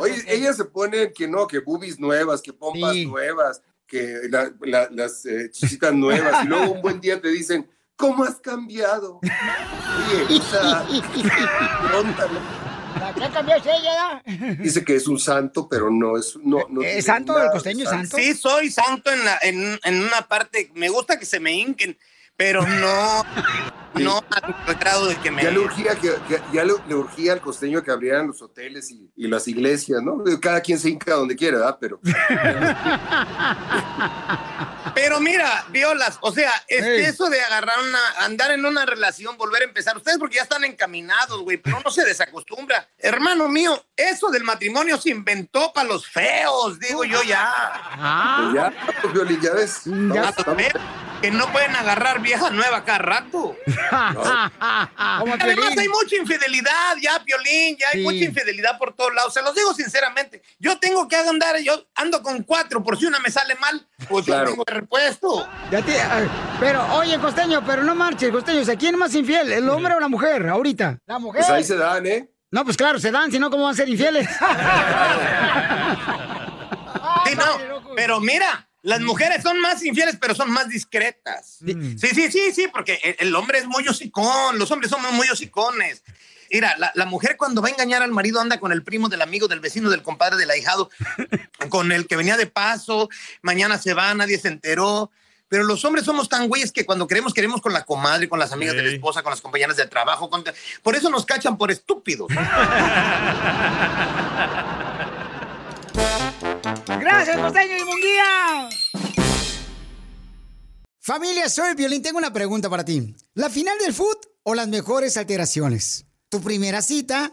S17: [laughs] Oye, ellas se ponen que no, que boobies nuevas, que pompas nuevas, que la- la- las eh, chichitas nuevas, y luego un buen día te dicen, ¿cómo has cambiado? Oye, o sea, róntalo.
S3: ¿Qué cambió ella?
S17: Pues dice que es un santo, pero no es... No, no tiene nada de
S2: Sí, soy santo en, la, en, en una parte. Me gusta que se me hinquen, pero no, no al grado de que me.
S17: Ya le urgía, que, que- ya le, le urgía al costeño que abrieran los hoteles y, y las iglesias, ¿no? Cada quien se hinca donde quiera, ¿verdad? Pero
S2: Pero mira, violas, o sea, es que eso de agarrar una, andar en una relación, volver a empezar, ustedes porque ya están encaminados, güey, pero uno se desacostumbra. Hermano mío, eso del matrimonio se inventó para los feos, digo yo ya.
S17: pues ya, pues, Violín, ya ves.
S2: Ya
S17: Estamos-
S2: los feos, que no pueden agarrar vieja nueva cada rato.
S6: Ah.
S3: Como
S2: Además
S3: Piolín.
S2: hay mucha infidelidad, ya, Piolín, ya hay
S3: Sí.
S2: mucha infidelidad por todos lados. Se los digo sinceramente, yo tengo que andar, yo ando con cuatro, por si una me sale mal, pues
S3: Claro.
S2: yo tengo de repuesto.
S3: Ya te- ay, pero, oye, costeño, pero no marches, costeño. O sea, ¿quién es más infiel, el hombre o la mujer, ahorita? La mujer.
S17: Pues ahí se dan, ¿eh?
S3: No, pues claro, se dan, si no, ¿cómo van a
S17: [laughs]
S3: ser infieles?
S2: Sí, no, pero mira, las mujeres son más infieles, pero son más discretas. Sí, sí, sí, sí, porque el, el hombre es muy hocicón, los hombres somos muy hocicones. Mira, la, la mujer cuando va a engañar al marido anda con el primo del amigo, del vecino, del compadre, del ahijado, con el que venía de paso, mañana se va, nadie se enteró. Pero los hombres somos tan güeyes que cuando queremos, queremos con la comadre, con las amigas de la esposa, con las compañeras de trabajo. con- Por eso nos cachan por estúpidos.
S3: Gracias, [laughs] costeño y Munguía. Familia, soy Violín. Tengo una pregunta para ti. ¿La final del foot o las mejores alteraciones? ¿Tu primera cita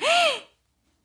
S11: [gasps]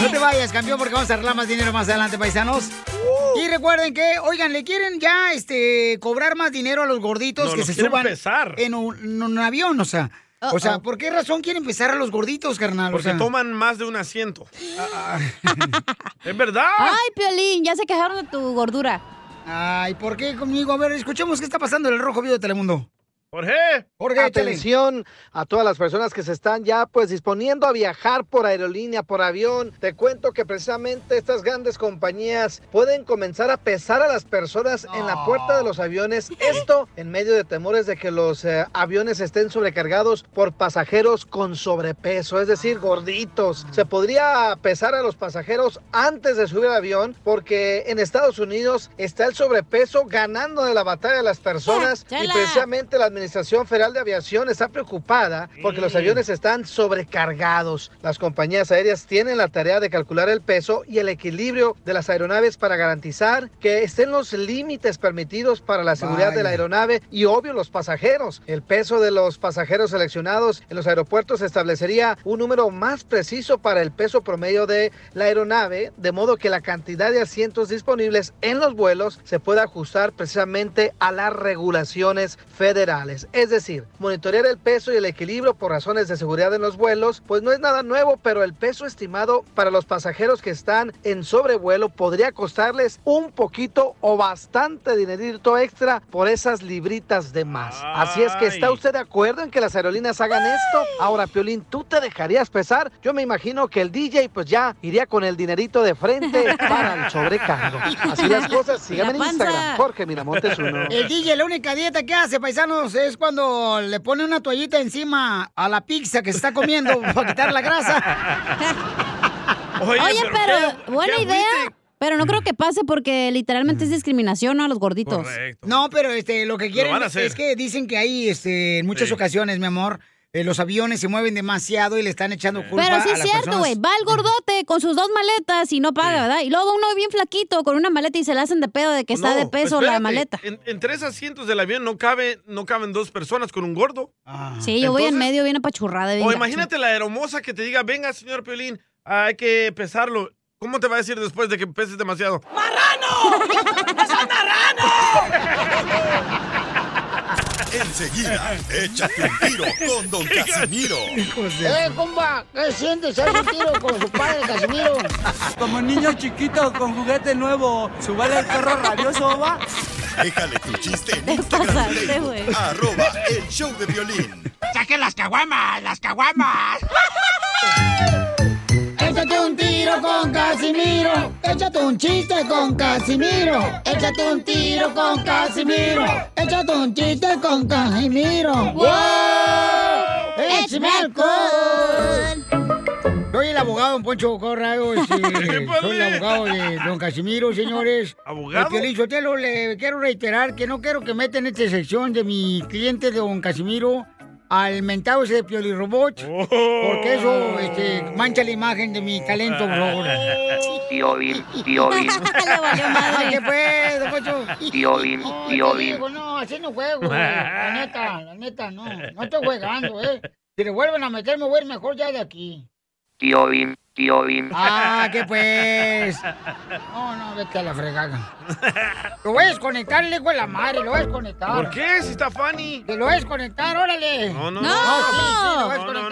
S3: No te vayas, campeón, porque vamos a arreglar más dinero más adelante, paisanos. Y recuerden que, oigan, le quieren ya este cobrar más dinero a los gorditos
S5: No,
S3: que
S5: los
S3: se
S5: quieren
S3: suban
S5: pesar.
S3: En, un, en un avión, o sea. O sea,
S5: Uh-oh.
S3: ¿por qué razón quieren pesar a los gorditos, carnal?
S5: Porque
S3: o sea,
S5: toman más de un
S3: [laughs]
S5: asiento. es verdad.
S4: Ay, Piolín, ya se quejaron de tu gordura.
S3: Ay, ¿por qué conmigo? A ver, escuchemos qué está pasando en el Rojo Vivo de Telemundo.
S5: Jorge.
S3: Jorge, échale.
S8: Atención a todas las personas que se están ya pues disponiendo a viajar por aerolínea, por avión. Te cuento que precisamente estas grandes compañías pueden comenzar a pesar a las personas en la puerta de los aviones. Esto en medio de temores de que los eh, aviones estén sobrecargados por pasajeros con sobrepeso, es decir, gorditos. Se podría pesar a los pasajeros antes de subir al avión porque en Estados Unidos está el sobrepeso ganando de la batalla de las personas y
S9: Chela.
S8: precisamente Precisamente la Administración Federal de Aviación está preocupada porque los aviones están sobrecargados. Las compañías aéreas tienen la tarea de calcular el peso y el equilibrio de las aeronaves para garantizar que estén los límites permitidos para la seguridad de la aeronave y obvio los pasajeros. El peso de los pasajeros seleccionados en los aeropuertos establecería un número más preciso para el peso promedio de la aeronave, de modo que la cantidad de asientos disponibles en los vuelos se pueda ajustar precisamente a las regulaciones federales. Es decir, monitorear el peso y el equilibrio por razones de seguridad en los vuelos, pues no es nada nuevo, pero el peso estimado para los pasajeros que están en sobrevuelo podría costarles un poquito o bastante dinerito extra por esas libritas de más. Así es que está
S18: Ay.
S8: usted de acuerdo en que las aerolíneas hagan esto? Ahora, Piolín, ¿tú te dejarías pesar? Yo me imagino que el DJ pues ya iría con el dinerito de
S3: [laughs]
S8: frente para el sobrecargo. Así las cosas, síganme en
S3: La panza.
S8: Instagram, Jorge Miramontes uno.
S3: El DJ, la única dieta que hace, paisanos, es cuando le pone una toallita encima a la pizza que se está
S4: [laughs]
S3: comiendo para quitar la grasa.
S4: Oye, pero, buena
S3: qué
S4: idea.
S3: agüite.
S4: Pero no creo que pase porque literalmente es discriminación ¿no? a los gorditos.
S3: No, pero este, lo que quieren
S4: van a hacer.
S3: es que dicen que hay, este, en muchas
S4: Sí.
S3: ocasiones, mi amor, eh, los aviones se mueven demasiado y le están echando culpa
S4: Pero sí
S3: a
S4: es
S3: las
S4: cierto,
S3: personas.
S4: güey. Va el gordote con sus dos maletas y no paga, ¿verdad? Y luego uno bien flaquito con una maleta y se le hacen de pedo de que está
S5: Pues No,
S4: de peso la
S5: espérate,
S4: maleta.
S5: En, en tres asientos del avión no, cabe, no caben dos personas con un gordo.
S3: Ah.
S4: Sí, yo voy en
S5: Entonces,
S4: medio bien apachurrada. bien
S5: O
S4: gacho.
S5: imagínate la hermosa que te diga, venga, señor Piolín, hay que pesarlo. ¿Cómo te va a decir después de que peses demasiado?
S7: Enseguida, échate un tiro con
S6: [laughs]
S7: Don Casimiro.
S6: ¡Eh, comba! ¿Qué sientes? ¿Haz un tiro con su padre, Casimiro?
S19: Como niño chiquito con juguete nuevo, subale el perro rabioso, va.
S7: Déjale tu chiste en Instagram.
S19: pasaste,
S7: Facebook,
S19: güey.
S7: Arroba el show de violín.
S19: ¡Saquen las caguamas, las caguamas!
S6: Échate un tiro con Casimiro. Échate un chiste con Casimiro. Échate un tiro con Casimiro. Échate un chiste con Casimiro. ¡Wow! ¡Échame alcohol!
S3: Soy el abogado, don Poncho Corrado. este, soy el abogado de don Casimiro, señores.
S5: ¿Abogado?
S3: Eh, Piolín Sotelo, le quiero reiterar que no quiero que metan esta sección de mi cliente don Casimiro al mentado ese de Pioli Robot, porque eso este, mancha la imagen de mi talento,
S13: Ah. [laughs]
S3: por favor.
S19: Tío Bin, tío Bin,
S3: Ay, ¿Qué fue, don Poncho?
S19: tío Bin, tío Bin.
S3: Digo, no, así no juego, güey. La neta, la neta, no. No estoy jugando, ¿eh? Si le vuelven a meter, me voy a ir mejor ya de aquí.
S19: Tío Bin, tío Bin.
S3: Ah, que pues. No, no, vete a la fregada. Lo voy a desconectar, le digo a la madre, lo voy a desconectar.
S5: ¿Por qué? Si está Fanny.
S3: Te lo voy a desconectar, órale.
S5: No, no,
S3: no.
S5: no.
S3: sí, sí, lo voy a
S5: No, no,
S3: desconectar.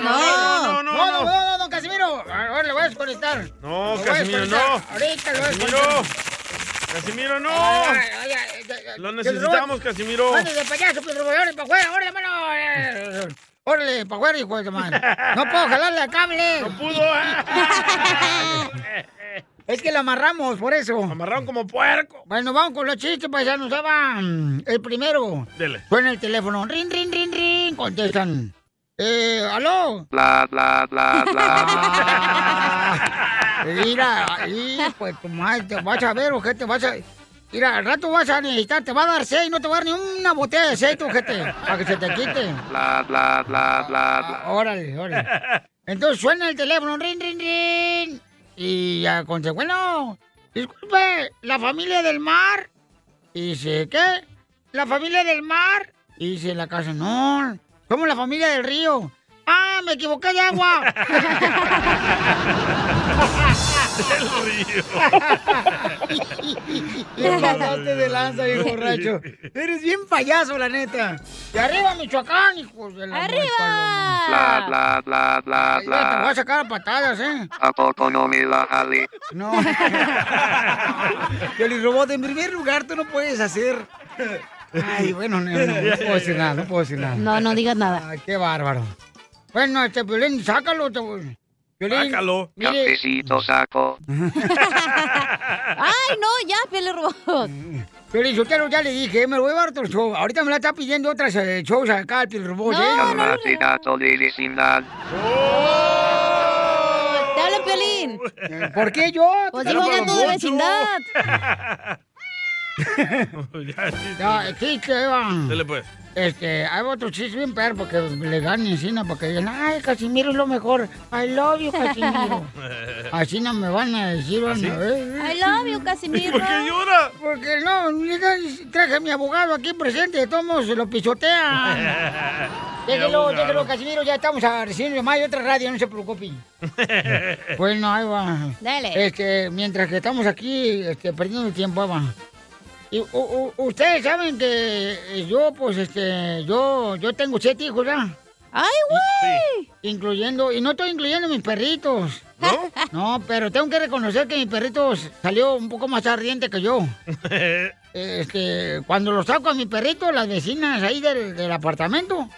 S3: no,
S5: no, no, no, no,
S3: no,
S5: no.
S3: no, no, don Casimiro. Ahora lo voy a desconectar.
S5: [laughs] No,
S3: Lo voy a
S5: Casimiro, no.
S3: desconectar. Ahorita lo voy a
S5: Casimiro.
S3: desconectar.
S5: Casimiro, no.
S3: Ay, ay, ay, ay, ay.
S5: Lo necesitamos, Casimiro.
S3: Mándese payaso, Pedro Órale, para afuera, órale, mano. eh. Órale, para afuera, hijo de tu madre. No puedo jalarle al cable. No
S5: pudo. eh.
S3: [laughs] es que lo amarramos, por eso. Lo
S5: amarraron como puerco.
S3: Bueno, vamos con los chistes, pues ya nos daban el primero.
S5: Dele.
S3: Suena el teléfono. Rin, rin, rin, rin. Contestan. Eh, ¿aló?
S19: Bla, bla, bla,
S3: Ah. Mira, ahí, pues tu madre, te vas a ver, ojete, vas a. Mira, al rato vas a necesitar, te va a dar seis, no te va a dar ni una botella de aceite, ojete, para que se te quite.
S19: bla, bla, bla, bla, bla.
S3: Órale, órale. Entonces suena el teléfono, rin, rin, rin. Y ya conse- bueno, disculpe, la familia del mar. Y dice, ¿qué? ¿La familia del mar? Y dice la casa, no, somos la familia del río. ¡Ah, me equivoqué de agua! Te pasaste de lanza, bien borracho. Eres bien payaso, la neta. Y arriba, Michoacán, hijos de la ¡Arriba!
S9: Bla, bla, bla, bla,
S3: Te voy a
S9: bla.
S3: sacar a patadas, ¿eh?
S9: ¿A poco no me la jalé?
S3: No. [laughs] Yo le robot, en primer lugar, tú no puedes hacer. Ay, bueno, no, no, no puedo decir nada, no puedo decir nada.
S4: No, no digas nada.
S3: Ay, qué bárbaro. Bueno, este Piolín, sácalo. Te... Piolín,
S5: Sácalo.
S3: Mire,
S9: Cafecito saco.
S4: Ay, no, ya, Piolín Robot.
S3: Mm. Piolín, yo te lo ya le dije, me lo voy a dar otro show. Ahorita me la está pidiendo otras eh, shows acá, el Piolín Robot, ¿eh?
S9: Cálmate, gato de vecindad.
S4: Te habla Piolín.
S3: Eh, ¿Por qué yo?
S4: Pues
S3: Te
S4: digo,
S3: hablo
S4: gato de
S3: Poncho.
S4: vecindad.
S3: Ya, el chiste, ahí va.
S5: Dele pues.
S3: Este, hay otro chiste bien perro porque le ganen, ¿sí? no, porque digan, ay, Casimiro es lo mejor. I love you, Casimiro. Así no me van a decir, van a ver.
S4: I love you, Casimiro. ¿Y por qué
S5: llora?
S3: Porque no, mira, traje a mi abogado aquí presente, de todos modos se lo pisotea.
S6: [laughs]
S3: Déjelo, déjelo, Casimiro, ya estamos a recibir más de otra radio, no se preocupe. Bueno, ahí va.
S4: Dale.
S3: Este, mientras que estamos aquí, este, perdiendo el tiempo, ahí va. Y, u- u- ustedes saben que eh, yo, pues, este, yo, yo tengo siete hijos, ¿ya?
S4: ¡Ay,
S3: güey! Incluyendo, y no estoy incluyendo mis perritos. ¿No? No, pero tengo que reconocer que mi perrito salió un poco más ardiente que yo. Este, cuando lo saco a mi perrito, las vecinas ahí del, del apartamento,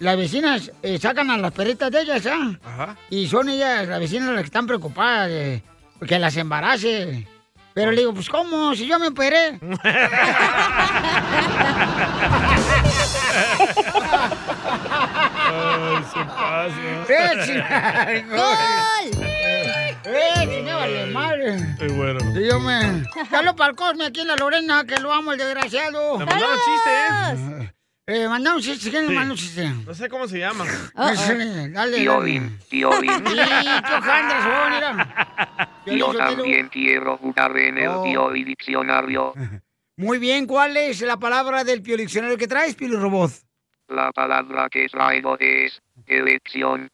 S3: las vecinas eh, sacan a las perritas de ellas, ¿ah?
S5: Ajá.
S3: Y son ellas, las vecinas, las que están preocupadas de que las embarace. Pero le digo, pues ¿cómo? Si yo me operé.
S9: Ay, se pasa.
S3: Eh, ¡Gol! ¡Eh, si me vale madre!
S5: Qué bueno.
S3: Y yo me... Dalo para el Cosme aquí en la Lorena, que lo amo, el desgraciado.
S5: Le mandaron chiste,
S3: ¿eh? Eh, mandaron chiste, ¿quién le
S5: Sí.
S3: mandó chiste?
S5: No sé cómo se llama. Ah,
S3: No sé, dale.
S5: Tío
S3: dale.
S5: Bin,
S13: tío Bin.
S3: Sí, tío Jandres, oh, mira.
S13: Yo también quiero jugar en el
S3: Oh.
S13: biodiccionario.
S3: Muy bien, ¿cuál es la palabra del piolixionario que traes, Pio Robot?
S13: La palabra que traigo es elección.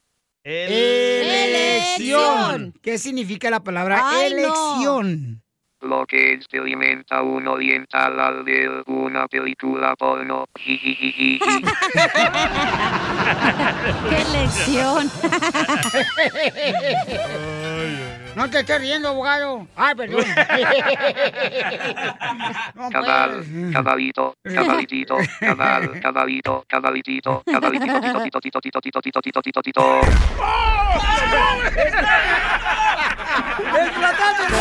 S3: Elección. ¿Qué significa la palabra
S13: Ay, no.
S3: elección?
S13: Lo que experimenta un oriental al ver una película porno.
S4: ¡Qué lección!
S3: [laughs] No te estés riendo, abogado. Ay, perdón. No,
S13: Cabal,
S3: pues.
S13: cabalito, cabalitito, cabal, cabalito, cabalitito, cabalitito, tito, tito, tito, tito, tito, tito, tito, tito.
S9: ¡Explotando el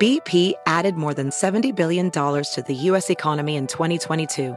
S1: BP added more than $70 billion to the U.S. economy in 2022.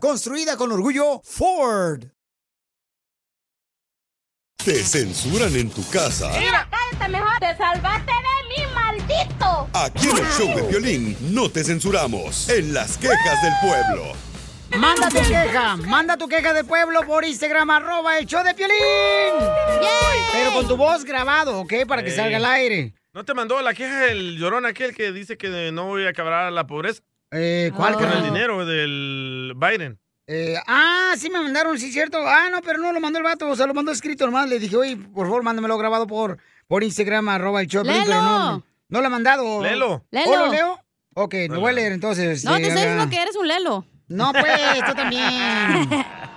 S20: construida con orgullo Ford.
S7: Te censuran en tu casa.
S9: cállate mejor. Te salvaste de mí, maldito.
S7: Aquí en el show de violín no te censuramos. En las quejas del pueblo.
S3: Manda tu queja, manda tu queja del pueblo por Instagram, arroba el show de Piolín. Pero con tu voz grabado, ¿ok? Para que
S5: Ey.
S3: salga al aire.
S5: ¿No te mandó la queja el llorón aquel que dice que no voy a acabar la pobreza?
S3: Eh, ¿cuál,
S5: Con el
S3: carnal?
S5: dinero del Biden.
S3: Eh, ah, sí me mandaron, sí, cierto. Ah, no, pero no lo mandó el vato, o sea, lo mandó escrito nomás. Le dije, oye, por favor, mándamelo grabado por, por Instagram, arroba el show. de Piolín", Pero no,
S4: ¡Lelo!
S3: no lo ha mandado.
S4: ¡Lelo!
S3: ¿O lo
S4: ¡Lelo!
S3: leo? Ok, lo Eh, voy a leer entonces.
S4: No, te
S3: eh,
S4: estoy
S3: acá.
S4: diciendo que eres un lelo.
S3: No, pues, tú también. [laughs]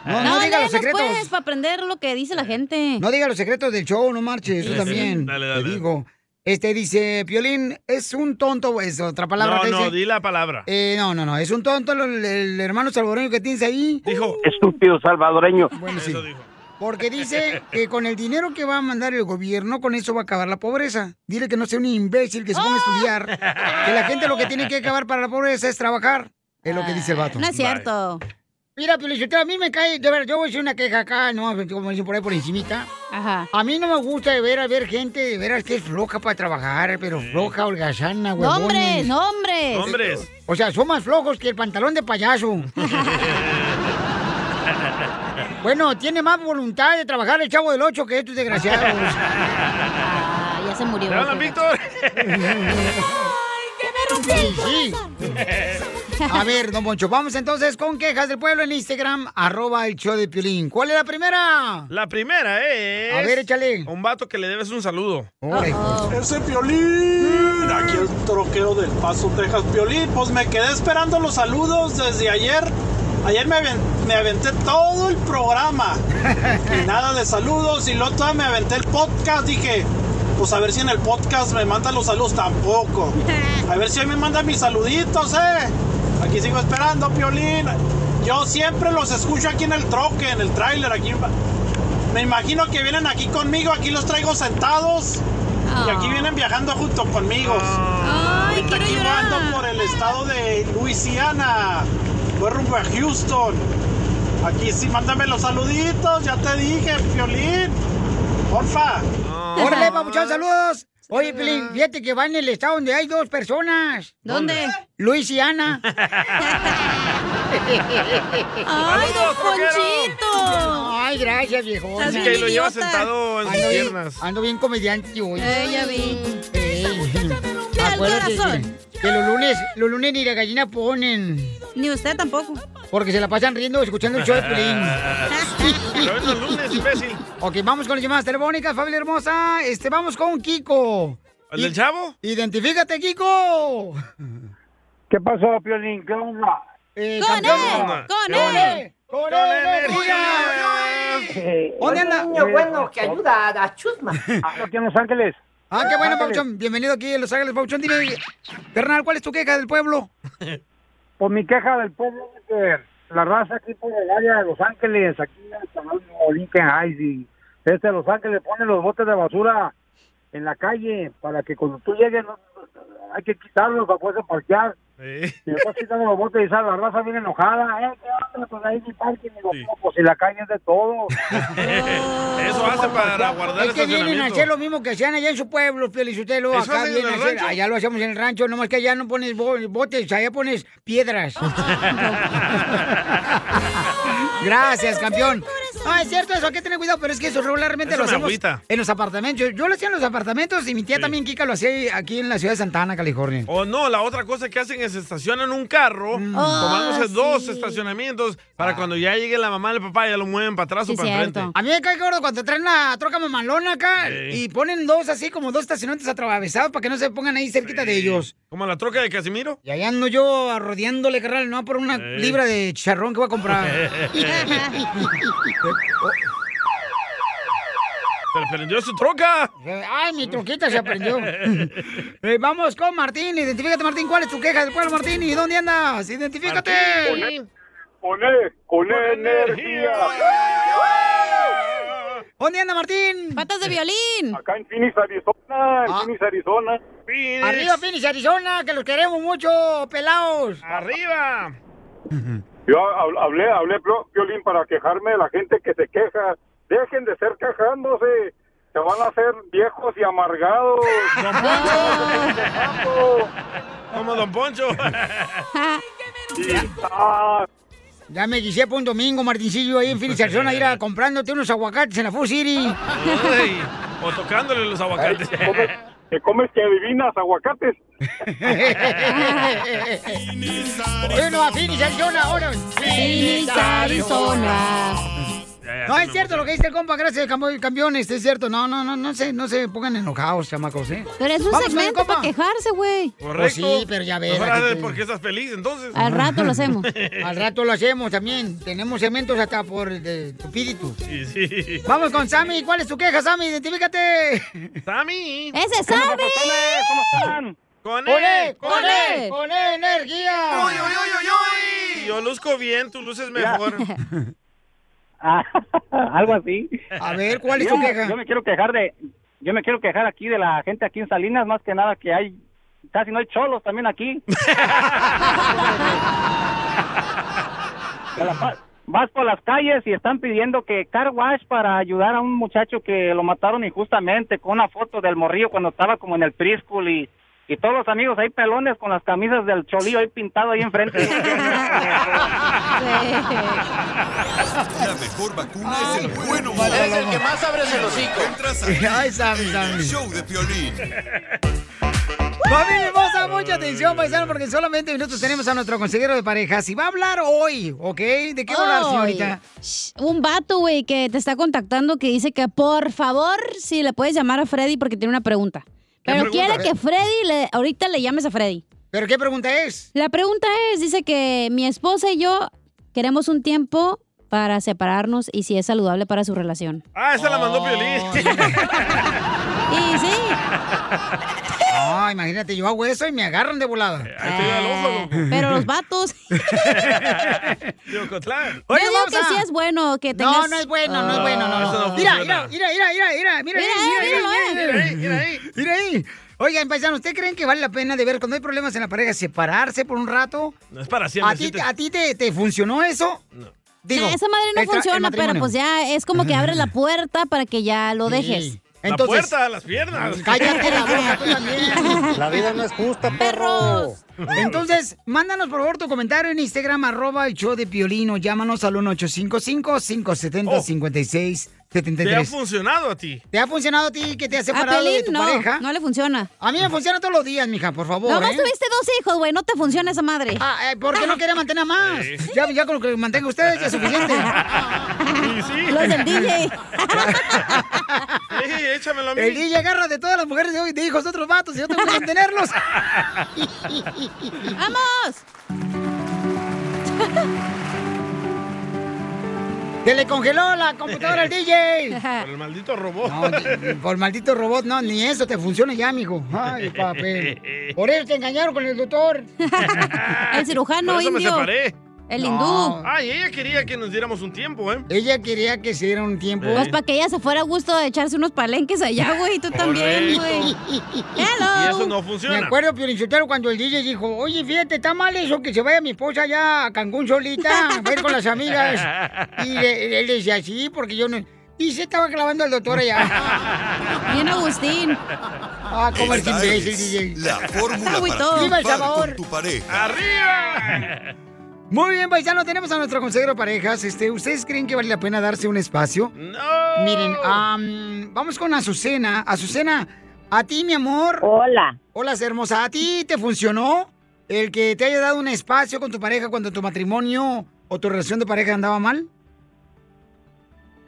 S3: No, no,
S4: no
S3: diga
S4: léenos,
S3: los secretos. Eh,
S4: pues, para aprender lo que dice la gente.
S3: No diga los secretos del show, no marches, tú
S4: Sí, sí.
S3: también.
S5: Dale,
S3: Te
S5: dale.
S3: digo. Este dice, Piolín, es un tonto, es otra palabra
S5: No,
S3: que
S5: no,
S3: dice.
S5: di la palabra.
S3: Eh, no, no, no, es un tonto el, el hermano salvadoreño que tienes ahí. Dijo.
S21: Estúpido salvadoreño.
S3: Porque dice que con el dinero que va a mandar el gobierno, con eso va a acabar la pobreza. Dile que no sea un imbécil, que se ponga a estudiar. Que la gente lo que tiene que acabar para la pobreza es trabajar. Es lo que dice el vato.
S4: No es cierto.
S3: Mira, Piolichotero, a mí me cae, de ver, yo voy a hacer una queja acá, no, como dicen por ahí por encimita. Ajá. A mí no me gusta de ver a ver gente, de veras que es floja para trabajar, pero floja, holgazana, huevón.
S4: Nombres, nombres. Nombres.
S3: O sea, son más flojos que el pantalón de
S4: [laughs]
S3: payaso. bueno, tiene más voluntad de trabajar el chavo del 8 que
S4: [laughs]
S3: estos desgraciados.
S4: Ah, ya se murió.
S3: ¿Te hablan,
S4: Víctor?
S3: Sí, sí. A ver, don Poncho, vamos entonces con quejas del pueblo en Instagram, arroba el show de Piolín. ¿Cuál es la primera?
S5: La primera es.
S3: A ver, échale.
S5: A un vato que le debes un saludo.
S22: Ese Piolín, aquí el troquero del Paso, Texas. Piolín, pues me quedé esperando los saludos desde ayer. Ayer me, aven- me aventé todo el programa. Y nada de saludos. Y luego todavía me aventé el podcast. Dije, pues a ver si en el podcast me mandan los saludos. Tampoco. A ver si hoy me mandan mis saluditos, eh. Aquí sigo esperando, Piolín. Yo siempre los escucho aquí en el troque, en el tráiler, aquí me imagino que vienen aquí conmigo, aquí los traigo sentados y aquí vienen viajando junto conmigo. Ahorita aquí ando por el estado de Luisiana, voy rumbo a Houston. Aquí sí, mándame los saluditos, ya te dije, Piolín, porfa.
S3: Órale, papuchón, saludos.
S5: Ah.
S3: Oye, Pelín, fíjate que va en el estado donde hay dos personas.
S4: ¿Dónde?
S3: Luis y Ana.
S4: ¡Ay, don Ponchito!
S3: Ay, gracias, viejo.
S5: Así que ahí lo lleva sentado en sus piernas.
S3: Ando bien comediante hoy.
S4: Eh, ya vi.
S3: Acuérdate
S4: Del corazón.
S3: Que, que los lunes, los lunes ni la gallina ponen.
S4: Ni usted tampoco.
S3: Porque se la pasan riendo escuchando el show de Pelín.
S4: [laughs] Pero es los lunes, imbécil.
S3: Ok, vamos con las llamadas telefónicas, familia hermosa. Este, vamos con Kiko.
S5: ¿El del chavo?
S3: Identifícate, Kiko.
S21: ¿Qué pasó, Piolín? ¿Qué onda?
S3: Eh,
S21: ¡Con
S3: campeón.
S21: él! ¡Con
S3: ¡Con
S21: él!
S3: ¡Con energía! ¿Dónde anda?
S18: ayuda a Chusma.
S21: Aquí en Los Ángeles.
S3: Ah, qué bueno,
S21: Ángeles.
S3: Pauchón. Bienvenido aquí en Los Ángeles, Pauchón. Dime, carnal, ¿cuál es tu queja del pueblo?
S21: Pues mi queja del pueblo es que la raza aquí por el área de Los Ángeles, aquí en el canal de Lincoln Heights y este de Los Ángeles ponen los botes de basura en la calle para que cuando tú llegues no- hay que quitarlos para poderse parquear. Y después quitando los botes y sale la raza bien enojada. ¿eh? ¿Qué onda? Pues ahí ni parking. Digo, "No, pues [laughs] si la calle es de
S3: [laughs]
S21: todos.
S5: Eso hace para guardar
S3: Es que vienen a hacer lo mismo que hacían allá en su pueblo, Felicitelo.
S5: Eso
S3: Acá
S5: hacen en
S3: vienen a
S5: el
S3: hacer,
S5: rancho.
S3: allá lo hacemos en el rancho, nomás que allá no pones bo- botes, allá pones
S5: [laughs]
S3: piedras. [laughs] Gracias, campeón. No, es cierto eso, hay que tener cuidado, pero es que eso regularmente
S5: Eso
S3: lo
S5: me
S3: hacemos
S5: agüita.
S3: en los apartamentos. Yo lo hacía en los apartamentos y mi tía también, Kika, lo hacía aquí en la ciudad de Santana, California.
S5: O no, la otra cosa que hacen es estacionan un carro,
S3: Ah,
S5: tomándose
S3: sí.
S5: dos estacionamientos
S3: Ah.
S5: para cuando ya llegue la mamá y el papá ya lo mueven para atrás o para enfrente.
S3: A mí me cae gordo cuando traen la troca mamalona acá
S5: Sí.
S3: y ponen dos así como dos estacionantes atravesados para que no se pongan ahí cerquita de ellos.
S5: Como la troca de Casimiro.
S3: Y allá ando yo arrodeándole, carnal, no por una
S5: Sí.
S3: libra de chicharrón que voy a
S5: [laughs]
S3: comprar.
S5: Pero prendió su troca.
S3: Ay, mi troquita se
S5: [laughs]
S3: aprendió. Eh, vamos con Martín, identifícate, Martín, ¿cuál es tu queja del pueblo, Martín? ¿Y dónde andas? Identifícate.
S21: E,
S23: Poner, poner energía.
S3: ¿Dónde anda Martín? Ah.
S4: Patas de violín.
S23: Acá en Phoenix, Arizona, en Phoenix, Arizona.
S3: Arriba, Phoenix, Arizona, que los queremos mucho, pelados.
S5: Arriba.
S23: Yo hab- hablé, hablé pro- Piolín para quejarme de la gente que se queja. Dejen de ser quejándose. Se van a hacer viejos y amargados.
S5: [laughs] Como Don Poncho.
S3: Ya me guisé por un domingo, Martincillo, ahí en Phoenix, Arizona,
S5: [laughs]
S3: ir a comprándote unos aguacates en la Food City.
S5: Ay, o tocándole los aguacates.
S23: que comes que adivinas, aguacates.
S3: [laughs] Bueno, a Phoenix, Arizona, ahora.
S6: Phoenix, Arizona.
S3: No,
S23: [laughs]
S3: es cierto lo que dice el compa, gracias, campo- campeones, es cierto. No, no, no, no se, no se pongan enojados, chamacos, ¿eh?
S4: Pero es un
S3: Vamos,
S4: segmento para quejarse, güey.
S3: Correcto. Pues sí, pero ya ves,
S5: Mejor
S3: aquí
S5: haz
S3: te- Ah.
S5: porque estás feliz, entonces.
S3: Al rato lo hacemos. Al rato lo hacemos también. Tenemos segmentos hasta por de, tu espíritu.
S5: Sí, sí.
S3: Vamos con Sammy. ¿Cuál es tu queja, Sammy? Identifícate.
S5: ¡Sammy!
S3: ¡Ese es Sammy! ¿Cómo están?
S5: ¡Con
S3: él!
S5: él!
S3: ¡Con él! ¡Con él, energía!
S5: ¡Uy, uy, uy, uy, uy! Yo luzco bien, tú
S3: [laughs]
S5: luces mejor.
S10: Ah, algo así.
S3: A ver, ¿cuál es
S10: yo,
S3: tu queja?
S10: Yo me quiero quejar de, yo me quiero quejar aquí de la gente aquí en Salinas, más que nada que hay, casi no hay cholos también aquí. Te la pa- Vas por las calles y están pidiendo que car wash para ayudar a un muchacho que lo mataron injustamente con una foto del morrillo cuando estaba como en el preschool y, y todos los amigos ahí pelones con las camisas del cholillo ahí pintado ahí enfrente.
S7: La mejor vacuna es el buen humor.
S10: ¿Cuál es el que más abres el hocico?
S7: Encuentras aquí
S10: [laughs] Ay, Sammy,
S7: en
S10: Sammy.
S7: el show de Piolín.
S3: Familia hermosa, mucha atención, paisano, porque en solamente minutos tenemos a nuestro consejero de pareja. Si va a hablar hoy, ¿ok? ¿De qué va a hablar,
S4: Ay,
S3: señorita?
S4: shh, Un vato, güey, que te está contactando que dice que por favor, si le puedes llamar a Freddy porque tiene una pregunta. Pero
S3: pregunta?
S4: quiere que Freddy, le, ahorita le llames a Freddy.
S3: ¿Pero qué pregunta es?
S4: La pregunta es, dice que mi esposa y yo queremos un tiempo para separarnos y si es saludable para su relación.
S5: Ah, esa la mandó Piolín.
S4: [laughs] Y sí.
S3: No, Ah, imagínate, yo hago eso y me agarran de volada.
S4: Ah, Pero
S3: [laughs]
S4: los vatos...
S3: Oye,
S23: [laughs]
S4: yo digo
S3: vamos
S4: que
S3: a-
S4: sí es bueno que tengas...
S3: No, no es bueno, no es bueno, no, no. mira, mira, mira, mira, mira, mira, mira,
S4: Mira ahí,
S3: mira,
S4: míralo, eh.
S3: mira, mira, mira, mira ahí, mira ahí. Oigan, paisano, ¿ustedes creen que vale la pena de ver cuando hay problemas en la pareja separarse por un rato?
S5: No es para siempre.
S3: ¿A ti,
S5: sí te-
S3: a ti te, te funcionó eso?
S5: No.
S3: Digo,
S4: Ah, esa madre no
S3: el tra- el
S4: funciona, pero
S3: matrimonio.
S4: pues ya es como que abres
S3: [laughs]
S4: la puerta para que ya lo dejes.
S5: la puerta, las piernas.
S3: Cállate la boca tú también.
S5: La vida no
S3: es
S5: [laughs]
S3: justa, perros. Oh. Entonces, mándanos por favor tu comentario en Instagram, arroba el show de Piolino. Llámanos al 1-855-570-5673.
S5: Te ha funcionado a ti.
S3: ¿Te ha funcionado a ti que te has
S4: A
S3: separado de
S4: Pelín
S3: tu
S4: Ah, no,
S3: pareja?
S4: no le funciona.
S3: A mí me funciona todos los días, mija, por favor.
S4: Nomás
S3: ¿eh?
S4: tuviste dos hijos, güey, no te funciona esa madre.
S3: Ah, eh, ¿por qué no quiere mantener a más?
S4: Sí.
S3: Ya, ya con lo que mantenga ustedes ya es suficiente.
S4: Los del DJ.
S5: Sí, échamelo a mí.
S3: El DJ agarra de todas las mujeres de hoy, de hijos de otros vatos, y yo tengo que mantenerlos.
S4: [laughs] ¡Vamos!
S3: Se le congeló la computadora al DJ.
S5: Por el maldito robot.
S3: No, por maldito robot, no, ni eso te funciona ya, mijo. Ay, papel. Por eso te engañaron con el doctor.
S4: [laughs] El cirujano
S5: Por eso me
S4: indio.
S5: separé.
S4: El hindú.
S5: Ay, ella quería que nos diéramos un tiempo, ¿eh?
S3: Ella quería que se diera un tiempo.
S4: [laughs] Pues para que ella se fuera a gusto de echarse unos palenques allá, güey, y tú también, güey. Hello.
S5: Y eso no funciona.
S3: Me acuerdo, Piorinchotero, cuando el DJ dijo, oye, fíjate, está mal eso que se vaya mi esposa allá a Cancún solita, a ir con las amigas. Y le- le- él decía, sí, porque yo no... Y se estaba clavando al doctor allá.
S4: Bien Agustín.
S3: Ah, como el que
S7: Esta
S3: imbécil,
S7: es
S3: DJ.
S7: La fórmula
S3: Está
S7: para
S3: agüitado. ¡Viva
S7: triunfar
S3: El Salvador!
S7: con tu pareja.
S5: ¡Arriba!
S3: Muy bien, paisano, tenemos a nuestro consejero de parejas. Este, ¿Ustedes creen que vale la pena darse un espacio?
S5: No.
S3: Miren, am, vamos con Azucena. Azucena, a ti, mi amor. Hola. Hola, hermosa. ¿A ti te funcionó el que te haya dado un espacio con tu pareja cuando tu matrimonio o tu relación de pareja andaba mal?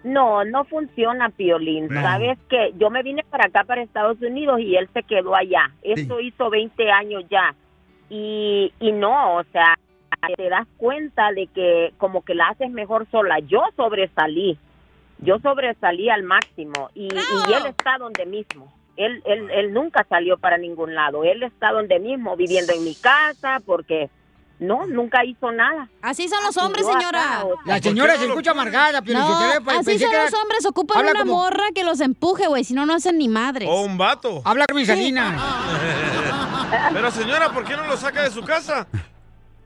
S12: No, no funciona, Piolín.
S3: No.
S12: Sabes que yo me vine para acá, para Estados Unidos, y él se quedó allá. Esto hizo 20 años ya. Y, y no, o sea, te das cuenta de que como que la haces mejor sola. Yo sobresalí. Yo sobresalí al máximo. Y, y él está donde mismo. Él, él, él nunca salió para ningún lado. Él está donde mismo, viviendo en mi casa, porque no, nunca hizo nada.
S4: Así son los hombres, señora.
S3: La señora se escucha amargada, pero
S4: No, así
S3: pues, pensé
S4: son
S3: que era-
S4: los hombres, ocupan
S3: habla
S4: una
S3: como-
S4: morra que los empuje, güey, si no, no hacen ni madres.
S5: O un vato.
S3: Habla Carmen Salinas.
S5: [laughs] Pero señora, ¿por qué no lo saca de su casa?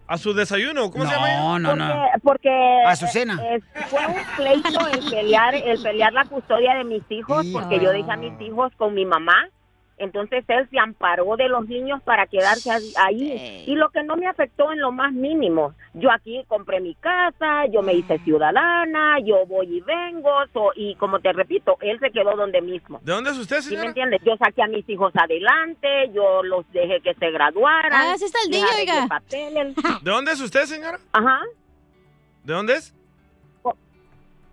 S5: ¿A su desayuno? ¿Cómo se
S3: No,
S5: llama? ella?
S3: no, no.
S12: Porque- porque
S3: Azucena.
S12: eh, eh, fue un pleito el pelear el pelear la custodia de mis hijos porque yo dejé a mis hijos con mi mamá Entonces él se amparó de los niños para quedarse ahí- ahí. Y lo que no me afectó en lo más mínimo, yo aquí compré mi casa, yo me
S5: Mm.
S12: hice ciudadana, yo voy y vengo, so- y como te repito, él se quedó donde mismo.
S5: ¿De dónde es usted,
S12: ¿Sí
S5: señora?
S12: me entiendes? Yo saqué a mis hijos adelante, yo los dejé que se graduaran.
S5: Ah, así está el
S12: les
S5: niño,
S12: arreglé
S5: oiga.
S12: papeles.
S5: Eh, [laughs] ¿De dónde es usted, señora?
S12: Ajá.
S5: ¿De dónde es?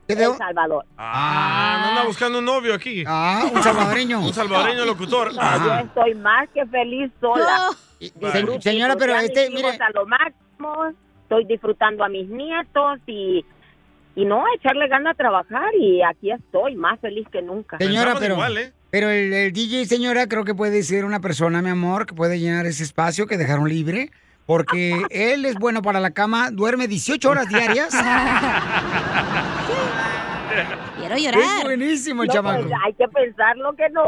S12: El Salvador.
S5: Ah, no anda buscando un novio aquí.
S3: Ah,
S12: un salvadoreño.
S5: un salvadoreño locutor.
S12: Yo estoy más que feliz sola.
S5: Disfrute,
S3: señora, pero este, mire-
S12: A lo máximo, estoy disfrutando a mis nietos y, y no, echarle ganas a trabajar y aquí estoy, más feliz que nunca.
S3: Señora, pero,
S5: ¿eh?
S12: ¿eh?
S3: pero el, el DJ, señora, creo que puede ser una persona, mi amor, que puede llenar ese espacio que dejaron libre. Porque él es bueno para la cama, duerme 18
S6: [laughs]
S3: horas [laughs] diarias.
S4: Quiero
S3: Es buenísimo el
S12: No,
S3: chamaco.
S12: pues, hay que pensar lo que no.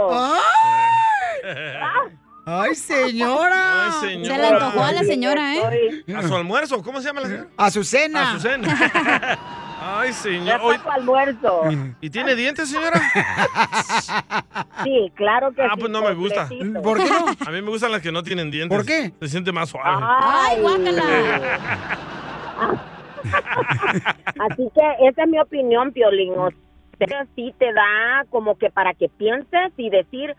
S3: ¡Ay, señora!
S5: Ay, señora.
S4: Se le antojó a la señora,
S12: ¿eh?
S5: ¿A su almuerzo? ¿Cómo se llama la señora?
S3: Azucena.
S5: Azucena.
S4: [laughs]
S5: Ay, señora. Hoy-
S12: almuerzo.
S5: ¿Y tiene dientes, señora?
S12: Sí, claro que
S5: Ah,
S12: sí,
S5: pues no me gusta.
S12: completito.
S5: A mí me gustan las que no tienen dientes. ¿Por qué? Se siente más suave.
S12: Ay, [laughs] Así que esa es mi opinión, Piolín. O sea, sí te da como que para que pienses y decir,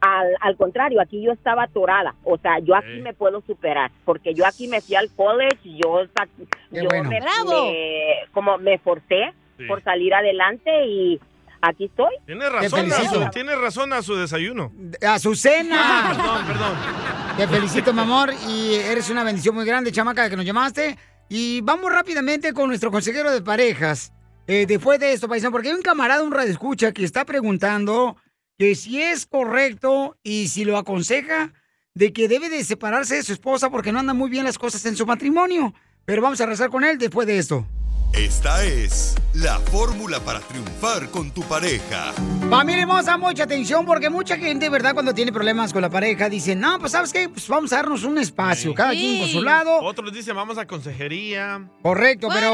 S12: al, al contrario, aquí yo estaba atorada. O sea, yo aquí
S14: Ok.
S12: me puedo superar, porque yo aquí me fui al college, yo, sa-
S14: Qué
S12: yo
S14: bueno.
S12: me,
S14: Bravo.
S12: me- como me forcé
S5: Sí.
S12: por salir adelante y aquí estoy.
S5: Tiene razón, a su, tiene razón a su desayuno.
S3: Azucena.
S5: Ah, perdón, perdón.
S3: Te felicito, mi amor, y eres una bendición muy grande, chamaca, que nos llamaste. Y vamos rápidamente con nuestro consejero de parejas. eh, después de esto, paisano, porque hay un camarada, un radioescucha, que está preguntando que si es correcto y si lo aconseja de que debe de separarse de su esposa porque no andan muy bien las cosas en su matrimonio. Pero vamos a rezar con él después de esto.
S7: Esta es la fórmula para triunfar con tu pareja.
S3: Familia hermosa, mucha atención porque mucha gente, ¿verdad? Cuando tiene problemas con la pareja, dicen, no, pues ¿sabes qué? Pues vamos a darnos un espacio, cada quien por su lado.
S5: Otros dicen, vamos a consejería.
S3: Correcto, pero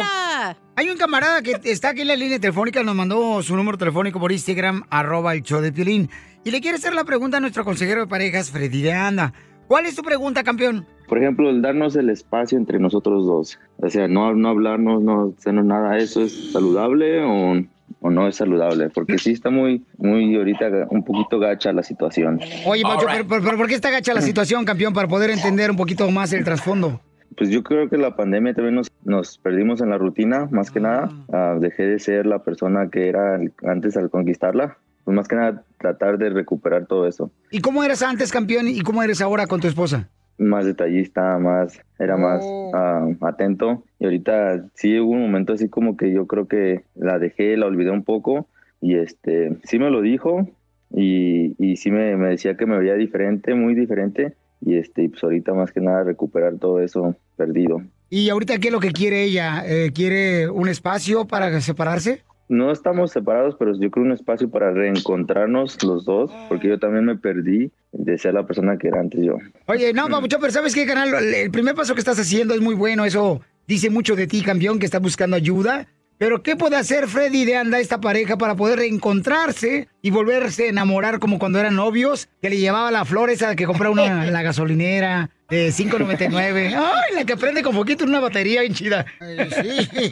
S3: hay un camarada que está aquí en la línea telefónica, nos mandó su número telefónico por Instagram, arroba el show de Piolín. Y le quiere hacer la pregunta a nuestro consejero de parejas, Freddy de Anda. ¿Cuál es tu pregunta, campeón?
S15: Por ejemplo, el darnos el espacio entre nosotros dos. O sea, no, no hablarnos, no hacernos nada. ¿Eso es saludable o, o no es saludable? Porque sí está muy, muy ahorita un poquito gacha la situación.
S3: Oye, Pacho, pero, pero- pero ¿por qué está gacha la situación, campeón? Para poder entender un poquito más el trasfondo.
S15: Pues yo creo que la pandemia también nos, nos perdimos en la rutina, más que nada.
S3: Mm.
S15: Ah, dejé de ser la persona que era al- antes al conquistarla. Pues más que nada tratar de recuperar todo eso.
S3: ¿Y cómo eras antes, campeón, y cómo eres ahora con tu esposa?
S15: Más detallista, más, era más ah, atento. Y ahorita sí hubo un momento así como que yo creo que la dejé, la olvidé un poco. Y este, sí me lo dijo y, y sí me, me decía que me veía diferente, muy diferente. Y este, y pues ahorita más que nada recuperar todo eso perdido.
S3: ¿Y ahorita qué es lo que quiere ella? Eh, ¿Quiere un espacio para separarse?
S15: No estamos separados, pero yo creo un espacio para reencontrarnos los dos, porque yo también me perdí de ser la persona que era antes yo.
S3: Oye, no, Pabuchón, pero ¿sabes qué, canal? El primer paso que estás haciendo es muy bueno. Eso dice mucho de ti, campeón, que estás buscando ayuda. Pero, ¿qué puede hacer Freddy de Anda, esta pareja, para poder reencontrarse y volverse a enamorar como cuando eran novios? Que le llevaba la flor esa que compraba una en la gasolinera de 5.99. ¡Ay, la que prende con poquito una batería bien chida!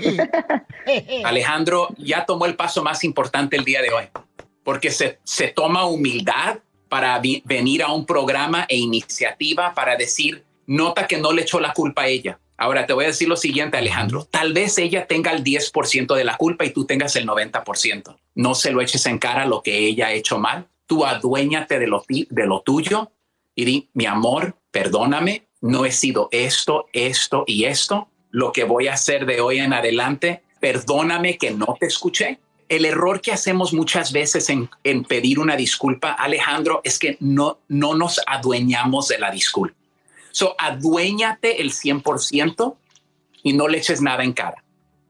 S16: [laughs] Alejandro ya tomó el paso más importante el día de hoy, porque se, se toma humildad para vi- venir a un programa e iniciativa para decir, nota que no le echó la culpa a ella. Ahora te voy a decir lo siguiente, Alejandro, tal vez ella tenga el 10% de la culpa y tú tengas el 90%. No se lo eches en cara lo que ella ha hecho mal. Tú aduéñate de lo, ti- de lo tuyo y di, mi amor, perdóname, no he sido esto, esto y esto. Lo que voy a hacer de hoy en adelante, perdóname que no te escuché. El error que hacemos muchas veces en, en pedir una disculpa, Alejandro, es que no, no nos adueñamos de la disculpa. So, aduéñate el 100% y no le eches nada en cara.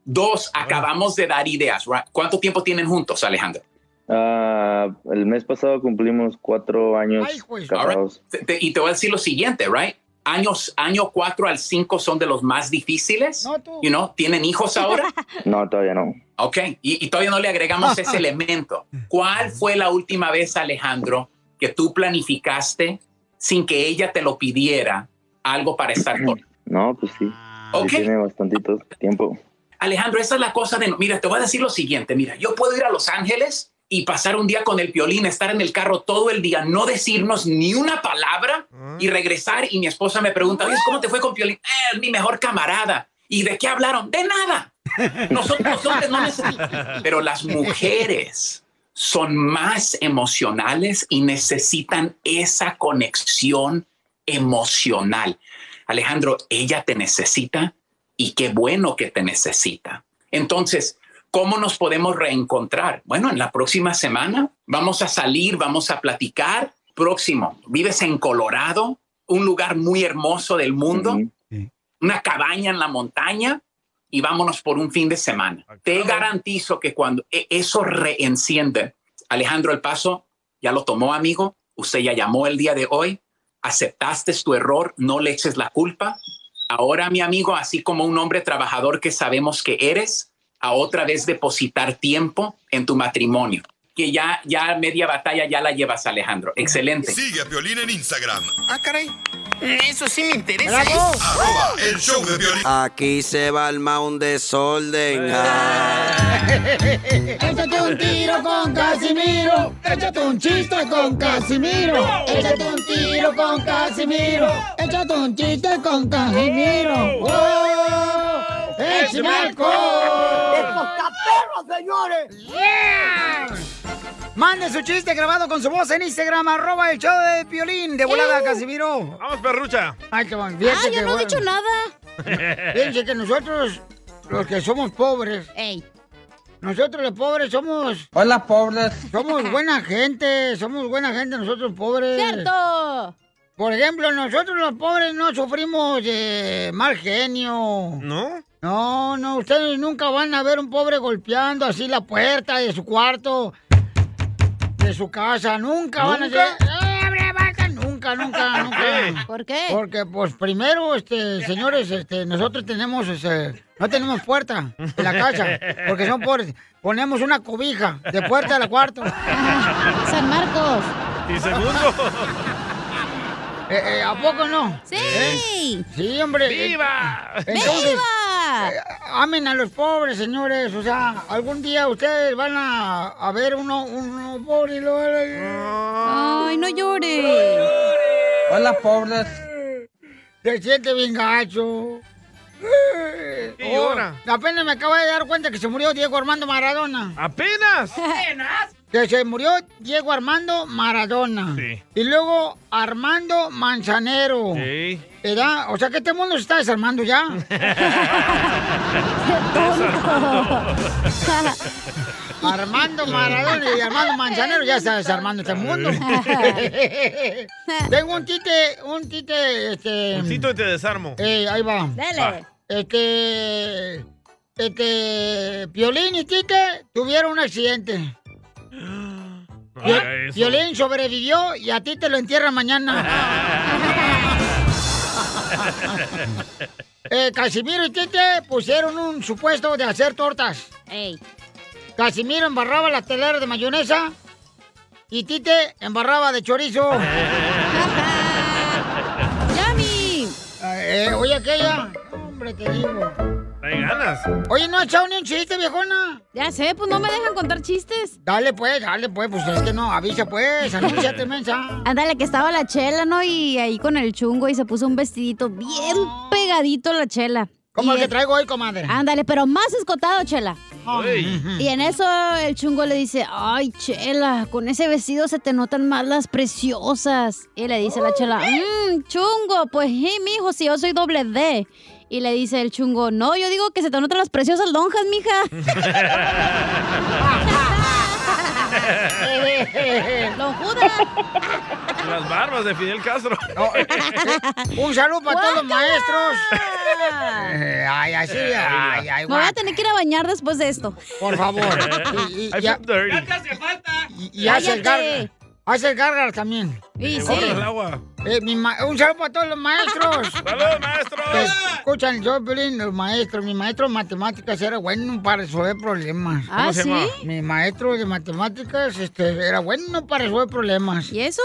S16: Dos, acabamos de dar ideas. right? ¿Cuánto tiempo tienen juntos, Alejandro?
S15: Ah, el mes pasado cumplimos cuatro años casados.
S16: Te- te- y te voy a decir lo siguiente, right? Años, año 4 al 5 son de los más difíciles. You know, ¿Tienen hijos ahora?
S15: No, todavía no.
S16: Ok, y, y todavía no le agregamos ese elemento. ¿Cuál fue la última vez, Alejandro, que tú planificaste sin que ella te lo pidiera algo para estar con
S15: No, pues sí. Sí
S16: Ok.
S15: Tiene bastantito tiempo.
S16: Alejandro, esa es la cosa de... Mira, te voy a decir lo siguiente. Mira, yo puedo ir a Los Ángeles y pasar un día con el violín, estar en el carro todo el día, no decirnos ni una palabra y regresar y mi esposa me pregunta, "Oye, ¿cómo te fue con violín? "Eh, es mi mejor camarada. ¿Y de qué hablaron? De nada. Nosotros los hombres no necesitamos... Pero las mujeres son más emocionales y necesitan esa conexión emocional. Alejandro, ella te necesita y qué bueno que te necesita. Entonces, ¿cómo nos podemos reencontrar? Bueno, en la próxima semana vamos a salir, vamos a platicar. Próximo, vives en Colorado, un lugar muy hermoso del mundo, una cabaña en la montaña y vámonos por un fin de semana. Te garantizo que cuando e- eso reenciende, Alejandro El Paso ya lo tomó, amigo, usted ya llamó el día de hoy, aceptaste tu error, no le eches la culpa. Ahora, mi amigo, así como un hombre trabajador que sabemos que eres, a otra vez depositar tiempo en tu matrimonio. Que ya, ya media batalla ya la llevas, Alejandro. Excelente.
S7: Sigue a Piolín en Instagram.
S2: Ah, caray. Eso sí me interesa.
S7: ¡Bravo!
S2: ¿eh?
S7: Arroba [laughs] el show de Piolín.
S11: Aquí se va a armar un desorden. Ah.
S6: Échate un tiro con Casimiro. Échate un chiste con Casimiro. Échate un tiro con Casimiro. Échate un chiste con Casimiro. ¡Wow! ¡Oh!
S3: [laughs]
S6: ¡Échame alcohol!
S3: perros, señores! Mande su chiste grabado con su voz en Instagram, arroba el show de Piolín. De volada,
S5: ¡Eh!
S3: Casimiro.
S5: Vamos, perrucha.
S3: Ay, qué bueno.
S5: Ah, yo no he dicho
S3: nada. [laughs] Fíjense que nosotros, los que somos pobres... Nosotros los pobres somos... Hola, pobres. [laughs] Somos buena gente, somos buena gente nosotros pobres. ¡Cierto! Por ejemplo, nosotros los pobres no sufrimos de mal genio. ¿No? No, no, ustedes nunca van a ver un pobre golpeando así la puerta de su cuarto, de su casa. Nunca, van a
S6: ¿Nunca?
S3: llegar... ¡Eh, abre, vaca! Nunca, nunca, nunca. ¿Por qué? Porque, pues, primero, este, señores, este, nosotros tenemos, este, no tenemos puerta en la casa, porque son pobres. Ponemos una cobija de puerta al cuarto. [laughs] San Marcos. [laughs]
S5: Y segundo.
S3: Eh, eh, ¿A poco no? Sí. Sí, hombre.
S5: ¡Viva!
S3: ¡Viva! amen a los pobres, señores. O sea, algún día ustedes van a, a ver uno, uno pobre y lo van a-
S4: Ay, no llores.
S3: Hola, pobres. Te siente bien gacho. Oh,
S5: ¿Qué
S3: [laughs]
S5: llora?
S3: apenas me acabo de dar cuenta que se murió Diego Armando Maradona. ¿Apenas? ¿Apenas? Que se murió Diego Armando Maradona. Y luego Armando Manzanero. Sí. O sea que este mundo se está desarmando
S5: [laughs]
S3: ya. [laughs] Armando Maradona y Armando Manzanero ya está desarmando este mundo. [laughs] Tengo un tite, un tite, este.
S5: Un tito y te desarmo.
S3: Eh, ahí va.
S5: Dele. Va.
S3: Este. Este. Piolín y Tite tuvieron un accidente.
S5: Ay, eso. [laughs]
S3: Piolín sobrevivió y a ti te lo entierra mañana.
S6: [laughs]
S3: Eh, Casimiro y Tite pusieron un supuesto de hacer tortas. Casimiro embarraba la telera de mayonesa y Tite embarraba de chorizo. ¡Yami! Eh, oye, aquella. Hombre, te digo.
S5: Hay ganas.
S3: Oye, no ha echado ni un chiste, viejona. Ya sé, pues no me dejan contar chistes. Dale, pues, dale, pues, pues es que no, avisa, pues, [laughs] anúnciate, mensa.
S4: Ándale, que estaba la chela, ¿no? Y ahí con el chungo y se puso un vestidito bien pegadito la chela.
S3: Como
S4: Y
S3: el que traigo hoy, comadre. Mm.
S4: Ándale, pero más escotado, chela.
S3: Ay. [laughs]
S4: Y en eso el chungo le dice, ay, chela, con ese vestido se te notan más las preciosas. Y le dice la chela, mmm, chungo, pues sí, mijo, si yo soy doble D. Y le dice el chungo, no, yo digo que se te notan las preciosas lonjas, mija.
S3: [laughs]
S5: Las barbas de Fidel Castro.
S3: [laughs] Un saludo para todos los maestros.
S5: Eh,
S3: [laughs] ay, así, ay, ay,
S4: Me voy a tener que ir a bañar después de esto.
S5: [laughs]
S3: Por favor. Y- y-
S5: I
S3: ya-
S5: feel dirty.
S3: Y, y hace el
S4: Cállate.
S3: garga. Hace gárgaras también.
S5: Sí, sí. Borras el agua.
S3: Eh, mi ma- un saludo para todos los maestros.
S5: [laughs]
S3: ¡Saludos, maestros! escuchan, yo, Piolín, los maestros. Mi maestro de matemáticas era bueno para resolver problemas.
S5: ¿Ah, ¿Cómo se sí? llama?
S3: Mi maestro de matemáticas este, era bueno para resolver problemas. ¿Y eso?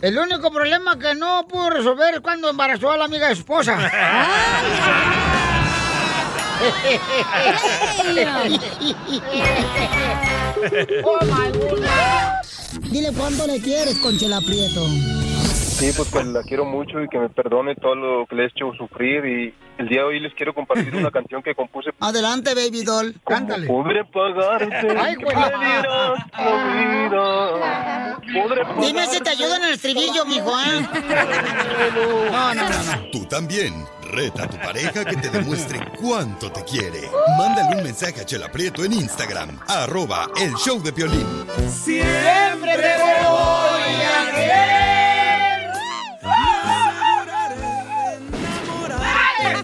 S3: El único problema que no pudo resolver es cuando embarazó a la amiga de su
S5: [laughs]
S3: esposa. [laughs] [laughs]
S6: Dile cuánto le quieres, Conchela Prieto.
S13: Sí, pues que la quiero mucho y que me perdone todo lo que le he hecho sufrir y el día de hoy les quiero compartir una canción que compuse
S3: Adelante, baby doll. Cántale.
S13: Podré pagarte.
S6: Ay, güey.
S13: que me dieras la vida. Podré
S3: Dime si te ayuda en el estribillo, mijo,
S5: [laughs]
S3: ¿eh? No, no, no, no.
S7: Tú también. Reta a tu pareja que te demuestre cuánto te quiere. Mándale un mensaje a Chela Prieto en Instagram. Arroba el show de Piolín.
S6: Siempre te voy a querer.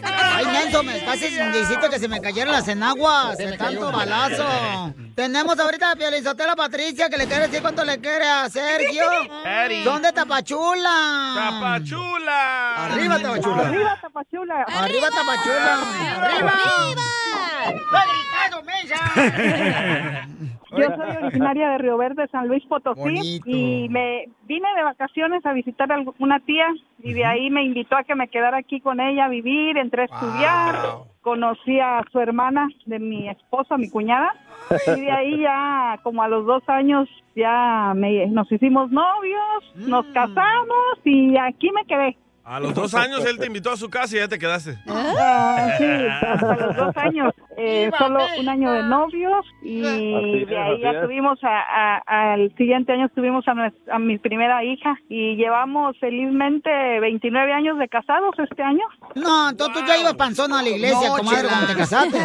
S3: Ay, Nelson, me estás diciendo que se me cayeron las enaguas de tanto balazo. Tenemos ahorita a Pielizotela Patricia que le quiere decir cuánto le quiere a Sergio.
S5: Eri.
S3: ¿Dónde Tapachula?
S5: ¡Tapachula!
S3: Arriba Tapachula.
S5: Arriba,
S3: Tapachula. Arriba Tapachula. Arriba. ¡Gritado, Mesa!
S24: [laughs] Yo soy originaria de Río Verde, San Luis Potosí,
S3: Bonito.
S24: y me vine de vacaciones a visitar a una tía y de ahí me invitó a que me quedara aquí con ella a vivir, entré a estudiar, conocí a su hermana de mi esposa, mi cuñada, y de ahí ya como a los dos años ya me- nos hicimos novios, nos casamos y aquí me quedé.
S5: A los dos años él te invitó a su casa y ya te quedaste.
S24: Ah, sí, hasta los dos años, eh,
S5: ¡Viva
S24: solo un año de novios y
S5: Así
S24: de
S5: es,
S24: ahí
S5: así
S24: ya
S5: es.
S24: tuvimos, a- a- al siguiente año tuvimos a, nues- a mi primera hija y llevamos felizmente 29 años de casados este año.
S3: No, entonces tú ya ibas panzona a la iglesia,
S24: [laughs] No,
S3: comadre,
S24: Chela.
S3: cuando te casaste.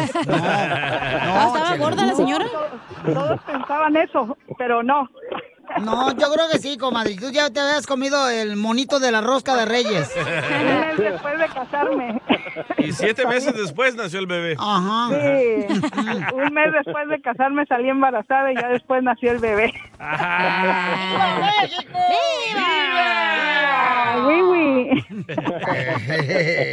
S24: ¿Estaba gorda la señora? Todos, todos pensaban eso, pero no.
S3: No, yo creo que sí, comadre. Tú ya te habías comido el monito de la rosca de Reyes.
S24: Un mes después de casarme.
S5: [laughs] Y siete meses después nació el bebé.
S3: Ajá.
S24: Sí. Un mes después de casarme salí embarazada y ya después nació el bebé. Ah, oui, oui.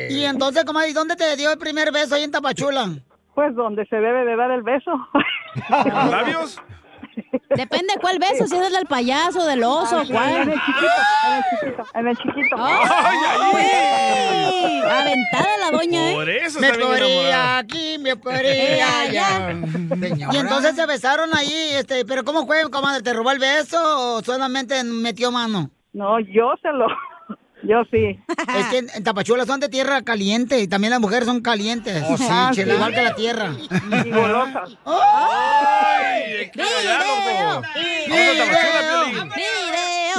S3: [laughs] Y entonces, comadre, ¿y ¿dónde te dio el primer beso ahí en Tapachula?
S24: Pues donde se debe de dar el beso.
S5: labios?
S4: Depende cuál beso, si es el del payaso, del oso,
S24: Ah, sí,
S4: cuál.
S24: en el chiquito, en el chiquito, en el chiquito.
S4: ¡Ay! Aventada la doña, ¿eh?
S24: Por eso
S3: Me
S24: está bien
S3: podría
S24: enamorada.
S3: aquí, me
S24: Eh,
S3: podría allá. Y entonces se besaron ahí, este, pero ¿cómo fue, comadre? ¿Te robó el beso o solamente metió mano?
S24: No, yo se lo... [laughs] Yo sí.
S3: Es que en- en Tapachula son de tierra caliente y también las mujeres son calientes.
S24: Oh, sí,
S3: Ah,
S24: Chela.
S3: Igual que la tierra.
S24: Y golosas.
S5: ¡Ay! ¡Qué
S3: callado!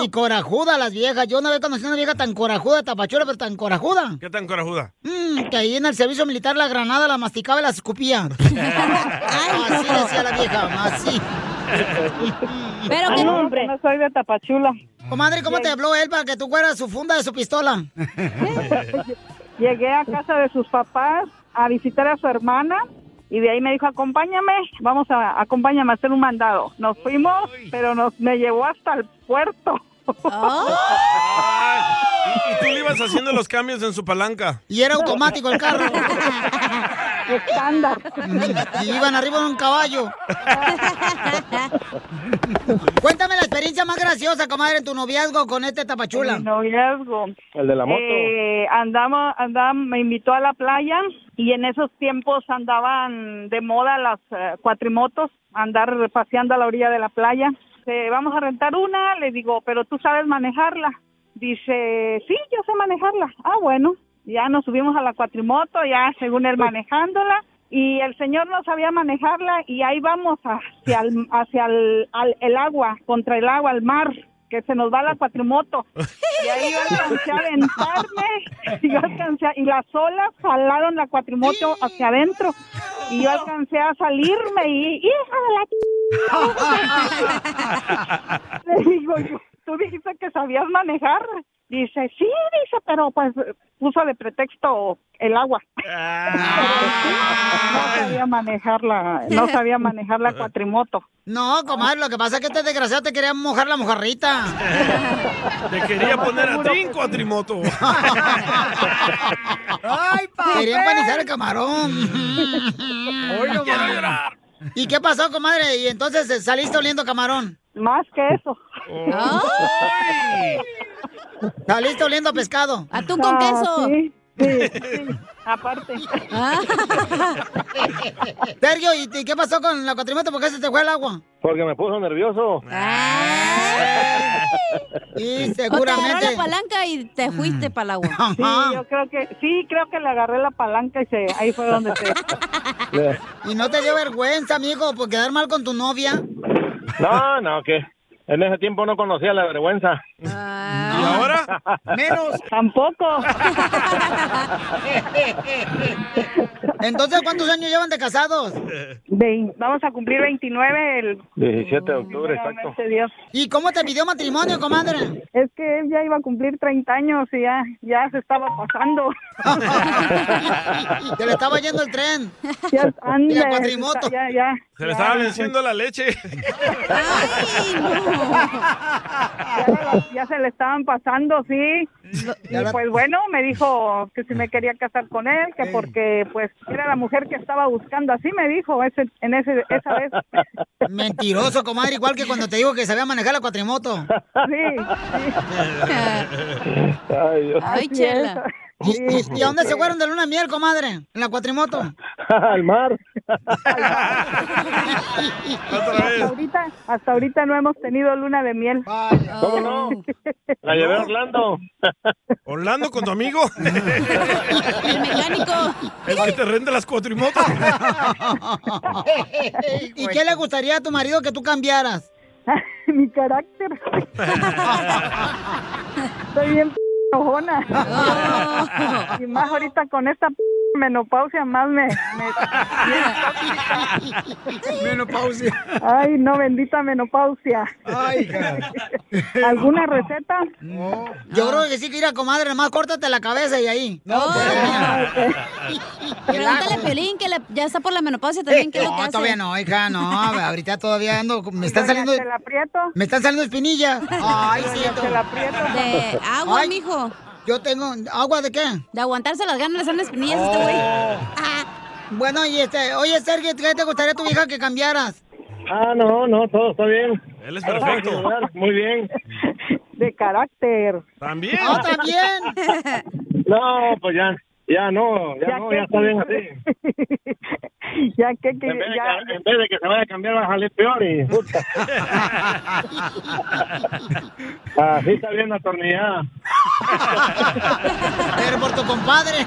S3: Y corajuda las viejas. Yo no había conocido una vieja tan corajuda, de Tapachula, pero tan corajuda.
S5: ¿Qué tan corajuda?
S3: Mm, que ahí en el servicio militar la granada la masticaba y la escupía. así decía la vieja, así.
S24: Pero que no, que no soy de Tapachula.
S3: Comadre, ¿cómo te habló él para que tú fueras su funda de su pistola?
S24: [laughs] Llegué a casa de sus papás a visitar a su hermana y de ahí me dijo, acompáñame, vamos a, acompáñame a hacer un mandado. Nos fuimos, pero nos, me llevó hasta el puerto. [laughs]
S5: Y tú le ibas haciendo los cambios en su palanca.
S3: Y era automático el carro.
S24: [laughs] Estándar.
S3: Y iban arriba de un
S24: [laughs]
S3: caballo. Cuéntame la experiencia más graciosa, comadre, en tu noviazgo con este tapachula.
S24: Mi noviazgo.
S13: El de la moto.
S24: Eh, andamos, andam- me invitó a la playa y en esos tiempos andaban de moda las eh, cuatrimotos, andar paseando a la orilla de la playa. Dice, vamos a rentar una, le digo, pero tú sabes manejarla. Dice, sí, yo sé manejarla. Ah, bueno, ya nos subimos a la cuatrimoto, ya según él manejándola. Y el señor no sabía manejarla y ahí vamos hacia el, hacia el, al- el agua, contra el agua, al mar, que se nos va la cuatrimoto. Y ahí yo alcancé a aventarme. Y, yo alcancé a- y las olas jalaron la cuatrimoto hacia adentro. Y yo alcancé a salirme y... ¡Hija de la... ch-! Le digo yo, tú dijiste que sabías manejar. Dice, sí, dice, pero pues puso de pretexto el agua. [laughs] no sabía manejar la, no sabía manejar la cuatrimoto.
S3: No, comadre, lo que pasa es que este desgraciado te quería mojar la mojarrita.
S5: Te quería poner a ti en cuatrimoto.
S3: ¡Ay, papá! Quería empanizar el camarón. Quiero llorar. ¿Y qué pasó, comadre? Y entonces eh, saliste oliendo camarón.
S24: Más que eso.
S3: Saliste oliendo a pescado.
S4: ¿A
S3: tú
S4: con Ah, queso? Ah.
S24: sí, Aparte.
S3: Sergio, ¿y te- qué pasó con la cuatrimoto? ¿Por qué se te fue el agua?
S8: Porque me puso nervioso.
S3: Y
S4: O te agarró la palanca y te fuiste para el agua.
S24: Sí, yo creo que, sí, creo que le agarré la palanca y se, ahí fue donde se.
S3: ¿Y no te dio vergüenza, amigo, por quedar mal con tu novia?
S8: No, no, que en ese tiempo no conocía la vergüenza.
S5: ¿Y ahora?
S24: [laughs]
S3: Menos.
S24: Tampoco.
S3: Entonces, ¿cuántos años llevan de casados?
S24: Vein- vamos a cumplir 29 el
S8: 17 de octubre, exacto.
S24: primeramente Dios.
S3: ¿Y cómo te pidió matrimonio, comadre?
S24: Es que él ya iba a cumplir 30 años y ya, ya se estaba
S3: [laughs]
S24: pasando.
S3: Te le estaba yendo el tren.
S24: Ya, ande,
S3: La cuatrimoto.
S24: Ya, ya.
S5: Se le estaba venciendo la leche.
S24: Ya, [laughs] ya se le estaban pasando, sí. Y pues bueno, me dijo que si me quería casar con él, que porque pues era la mujer que estaba buscando. Así me dijo ese, en ese, esa
S8: [laughs]
S24: vez.
S3: Mentiroso, comadre, igual que cuando te digo que sabía manejar la cuatrimoto.
S8: Ay, Dios.
S3: Ay, chela. ¿Y a dónde se fueron de luna de miel, comadre? En la
S24: [laughs]
S3: cuatrimoto.
S8: [laughs] Al mar.
S24: Hasta ahorita, hasta ahorita no hemos tenido luna de miel. [laughs]
S8: ¿Cómo no? La llevé a Orlando.
S5: ¿Orlando con tu amigo? El
S4: mecánico.
S5: El que te rende las cuatrimotos.
S3: ¿Y qué le gustaría a tu marido que tú cambiaras?
S24: [laughs] Mi carácter. Estoy bien p- enojona. Y más ahorita con esta p- menopausia más me... me
S3: menopausia.
S24: Ay, no, bendita menopausia.
S3: [laughs] Ay,
S24: ¿Alguna receta?
S3: Yo creo que sí que ir a comadre, nomás córtate la cabeza y ahí. Oh. No,
S4: pues,
S3: [laughs]
S4: Pregúntale a Pelín que la- ya está por la menopausia también. ¿Qué es lo que
S3: Eh, No,
S4: hace?
S3: todavía no, hija, no, ahorita todavía ando, me están saliendo...
S24: ¿Te la aprieto?
S3: Me están saliendo espinillas. Ay,
S4: Doña,
S3: siento.
S4: ¿te la aprieto? De agua, mijo.
S3: Yo tengo... ¿Agua de qué? Oh.
S4: De aguantarse las ganas, las espinillas este güey.
S3: [laughs] Bueno, y este... Oye, Sergio, ¿qué te gustaría a tu hija que cambiaras?
S8: Ah, no, no, todo está bien.
S5: Él es
S8: perfecto. Muy bien. [laughs]
S24: De carácter.
S5: ¿También?
S3: No, también.
S8: No, pues ya, ya no, ya,
S24: Ya
S8: no,
S24: que-
S8: ya está bien así.
S24: [laughs] Ya que... que-
S8: En vez, de,
S24: ya-
S8: que- en vez de que se vaya a cambiar, va a salir peor y puta. Así está bien atornillada.
S3: Pero por tu compadre.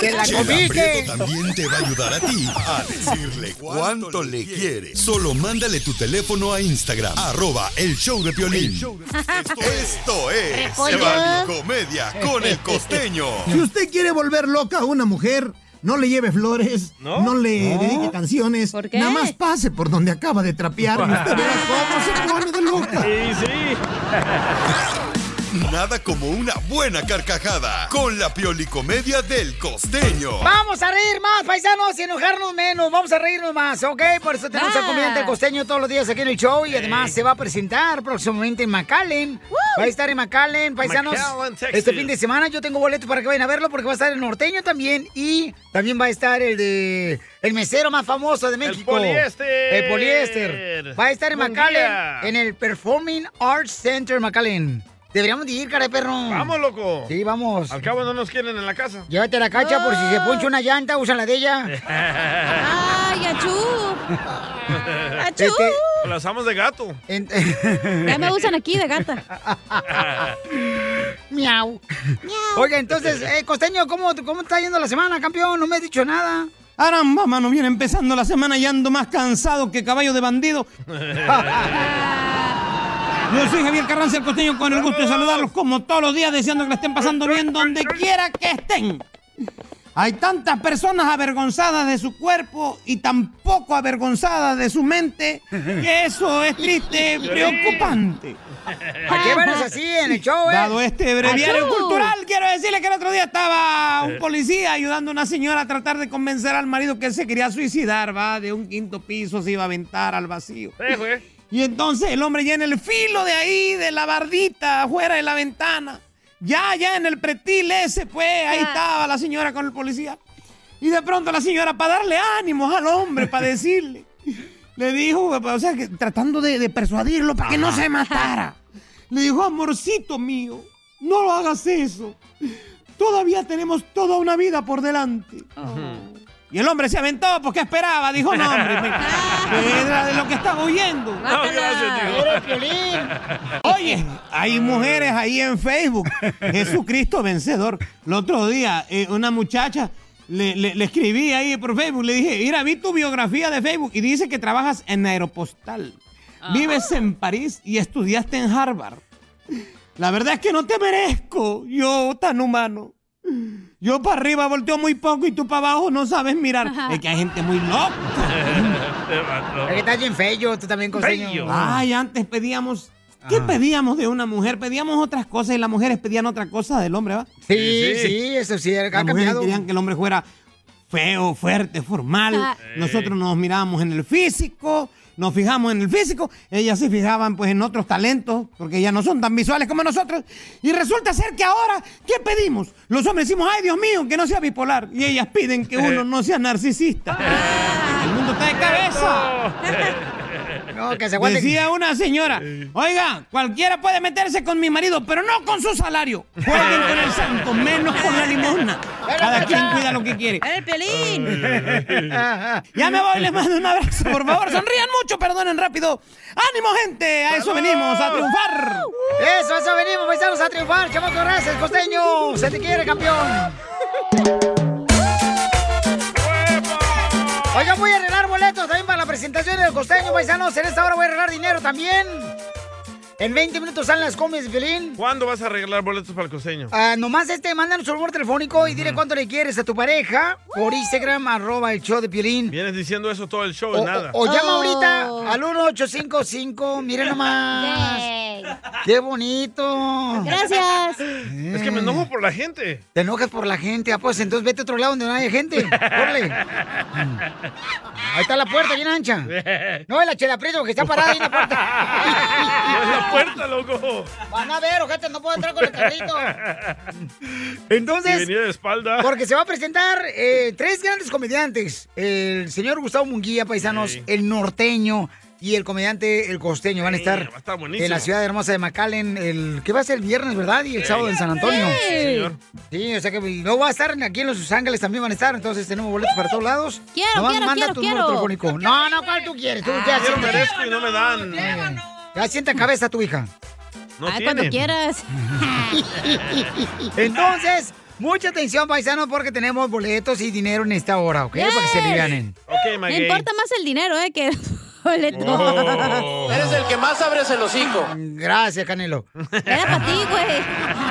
S3: ¡Te la
S7: Chela
S3: comiste!
S7: Prieto también te va a ayudar a ti a decirle cuánto le quiere. Solo mándale tu teléfono a Instagram, arroba el show de Piolín. Esto es
S14: Repollo.
S7: Comedia con el Costeño.
S14: Si usted quiere volver loca a una mujer, no le lleve flores, no, le
S7: No.
S14: dedique canciones, nada más pase por donde acaba de trapear y usted verá
S3: [laughs]
S14: cómo se pone de loca.
S7: Sí, sí. [laughs] Nada como una buena carcajada con la piolicomedia del Costeño.
S3: Vamos a reír más, paisanos, y enojarnos menos. Vamos a reírnos más, ¿ok? Por eso tenemos
S6: Va.
S3: al comediante El costeño todos los días aquí en el show y además se va a presentar próximamente en McAllen. Va a estar en McAllen, paisanos.
S5: McAllen, Texas.
S3: este fin de semana yo tengo boletos para que vayan a verlo porque va a estar el norteño también y también va a estar el de el mesero más famoso de México.
S5: poliéster.
S3: El poliéster. Va a estar en
S5: Buen día.
S3: McAllen en el Performing Arts Center McAllen. Deberíamos de ir, cara de perro.
S5: Vamos, loco.
S3: Sí, vamos.
S5: Al cabo no nos quieren en la casa.
S3: Llévate la cacha por si
S4: Ah.
S3: se poncha una llanta, usa la
S4: [laughs]
S3: de ella.
S4: ¡Ay, achú!
S5: Este- Las usamos de gato.
S3: [laughs]
S4: Ya me usan aquí de gata.
S3: Miau. Oiga, entonces, eh, Costeño, ¿cómo, ¿cómo está yendo la semana, campeón? No me has dicho nada.
S17: Aramba, mano, viene empezando la semana y ando más cansado que caballo de bandido. Yo soy Javier Carranza, el costeño, con el gusto de saludarlos como todos los días, deseando que la estén pasando bien donde quiera que estén.
S2: Hay tantas personas avergonzadas de su cuerpo y tampoco avergonzadas de su mente que eso
S6: [laughs]
S2: es triste, preocupante.
S3: ¿A qué veras así en el show, eh?
S2: Dado este breviario
S3: Achú.
S2: cultural, quiero decirle que el otro día
S3: [laughs]
S2: estaba un policía ayudando a una señora a tratar de convencer al marido que él se quería suicidar, va, de un quinto piso se iba a aventar al vacío. Y entonces el hombre ya en el filo de ahí, de la bardita, afuera de la ventana, ya, ya en el pretil ese, pues, ahí estaba la señora con el policía. Y de pronto la señora, para darle ánimos al hombre, para decirle, le dijo, o sea, que tratando de, de persuadirlo para que no se matara. Le dijo, amorcito mío, no lo hagas eso. Todavía tenemos toda una vida por delante. Y el hombre se aventó porque esperaba. Dijo, no, hombre, me- que era de lo que estaba huyendo.
S3: Ah,
S5: No, gracias, tío.
S2: Era el Piolín. Oye,
S3: [laughs]
S2: hay mujeres ahí en Facebook. Jesucristo vencedor. El otro día, eh, una muchacha le, le- le escribí ahí por Facebook. Le dije, mira, vi tu biografía de Facebook y dice que trabajas en Aeropostal. Vives en París y estudiaste en Harvard. La verdad es que no te merezco, yo tan humano. Yo para arriba volteo muy poco y tú para abajo no sabes mirar.
S3: Ajá.
S2: Es que hay gente muy loca.
S3: Es que estás bien feo, tú también, costeño.
S2: Ay, antes pedíamos. ¿Qué pedíamos de una mujer? Pedíamos otras cosas y las mujeres pedían otra cosa del hombre, ¿va?
S3: Sí, sí, eso sí, ha
S2: Las mujeres
S3: cambiado.
S2: querían que el hombre fuera feo, fuerte, formal.
S3: Ajá.
S2: Nosotros nos mirábamos en el físico, nos fijamos en el físico. Ellas se fijaban pues en otros talentos, porque ellas no son tan visuales como nosotros. Y resulta ser que ahora, ¿qué pedimos? Los hombres decimos, ay Dios mío, que no sea bipolar. Y ellas piden
S3: Eh.
S2: que uno no sea narcisista.
S3: Ah.
S2: El mundo está de cabeza.
S3: No, Oh, que se aguanten. [laughs]
S2: Decía una señora, oiga, cualquiera puede meterse con mi marido, pero no con su salario. Jueguen con el santo, menos con la limosna. Cada quien cuida lo que quiere.
S3: Eh,
S4: ¡El pelín!
S2: [laughs] Ya me voy, les mando un abrazo, por favor. Sonrían mucho, perdonen rápido. ¡Ánimo, gente! A eso venimos, a triunfar.
S3: Eso, a eso venimos, paisanos, a triunfar. Chamaco, gracias, costeño. Se te quiere, campeón. Oigan, voy a arreglar boletos también para la presentación del costeño, paisanos. En esta hora voy a arreglar dinero también. En 20 minutos salen las comias de Piolín.
S5: ¿Cuándo vas a arreglar boletos para el costeño?
S3: Ah, nomás este, mándanos un número telefónico y dile cuánto le quieres a tu pareja por Instagram, arroba el show de Piolín.
S5: Vienes diciendo eso todo el show,
S3: O,
S5: nada. Oh.
S3: o- o llama ahorita al 1855, miren nomás. ¡Qué bonito! Eh.
S5: Gracias. Es que me enojo por la gente.
S3: Te enojas por la gente, ah, pues entonces vete a otro lado donde no haya gente. Órale. Ahí está la puerta bien
S5: [laughs]
S3: ancha. No, la chela Prieto, que está parada ahí en la puerta.
S5: En la puerta, loco.
S3: Van a ver, ojete, no puedo entrar con el carrito.
S5: Y
S3: [laughs] Entonces,
S5: venía de espalda.
S3: porque se va a presentar eh, tres grandes comediantes. El señor Gustavo Munguía, paisanos, el norteño y el comediante el costeño. Van a estar
S5: va a estar buenísimo.
S3: en la ciudad hermosa de McAllen, el que va a ser el viernes, ¿verdad? Y el
S5: Sí.
S3: sábado en San Antonio.
S5: Sí, señor.
S3: Sí, o sea que y luego va a estar aquí en Los Ángeles también van a estar, entonces tenemos boletos para todos lados.
S4: Quiero,
S3: Nomás
S4: quiero,
S3: manda
S4: quiero,
S3: tu
S4: quiero.
S3: número telefónico. No, no, ¿cuál tú quieres? Tú ya
S5: Yo
S3: siéntate.
S5: merezco y no me dan.
S3: Ya sienta cabeza tu hija.
S5: No Ay, cuando tienen.
S4: quieras.
S3: [laughs] Entonces, mucha atención, paisano, porque tenemos boletos y dinero en esta hora, [laughs] ¿ok? Para que se
S4: Yes.
S3: alivianen.
S5: Ok,
S4: Me importa más el
S5: [laughs]
S4: dinero, ¿eh? Que [laughs] el boleto.
S5: Oh.
S3: Eres el que más abres el hocico.
S4: [laughs]
S3: Gracias, Canelo.
S4: Era para ti, güey.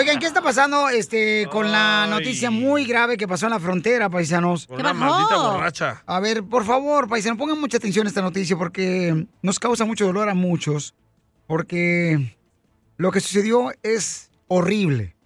S3: Oigan, ¿qué está pasando este, con la noticia muy grave que pasó en la frontera, paisanos?
S5: Con una maldita borracha.
S3: A ver, por favor, paisanos, pongan mucha atención a esta noticia porque nos causa mucho dolor a muchos. Porque lo que sucedió es horrible.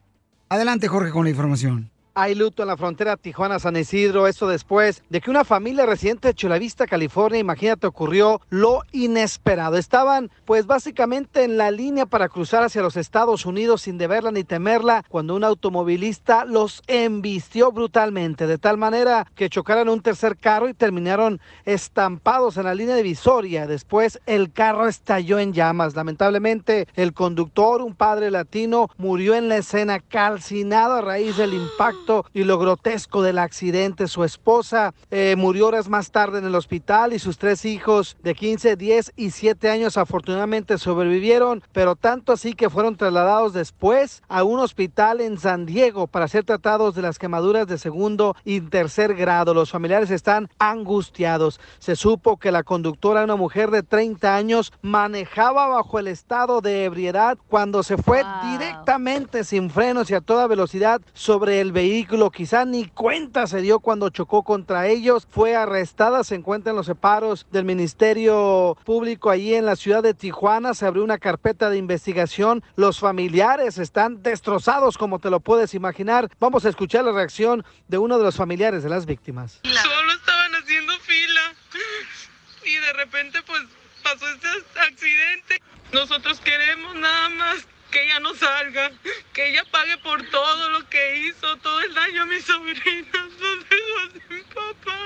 S3: Adelante, Jorge, con la información.
S8: Hay luto en la frontera Tijuana-San Isidro, esto después de que una familia residente de Chula Vista, California, imagínate, ocurrió lo inesperado. Estaban pues básicamente en la línea para cruzar hacia los Estados Unidos sin deberla ni temerla cuando un automovilista los embistió brutalmente, de tal manera que chocaron un tercer carro y terminaron estampados en la línea divisoria. Después el carro estalló en llamas. Lamentablemente el conductor, un padre latino, murió en la escena calcinado a raíz del impacto y lo grotesco del accidente. Su esposa eh, murió horas más tarde en el hospital y sus tres hijos de 15, 10 y 7 años afortunadamente sobrevivieron, pero tanto así que fueron trasladados después a un hospital en San Diego para ser tratados de las quemaduras de segundo y tercer grado. Los familiares están angustiados. Se supo que la conductora, una mujer de 30 años, manejaba bajo el estado de ebriedad cuando se fue directamente sin frenos y a toda velocidad sobre el vehículo vehículo, quizá ni cuenta se dio cuando chocó contra ellos, fue arrestada, se encuentra en los separos del Ministerio Público allí en la ciudad de Tijuana, se abrió una carpeta de investigación, los familiares están destrozados como te lo puedes imaginar, vamos a escuchar la reacción de uno de los familiares de las víctimas.
S6: Solo estaban haciendo fila y de repente pues pasó este accidente. Nosotros queremos nada más que ella no salga, que ella pague por todo lo que hizo, todo el daño a mis sobrinas, los dejó sin papá.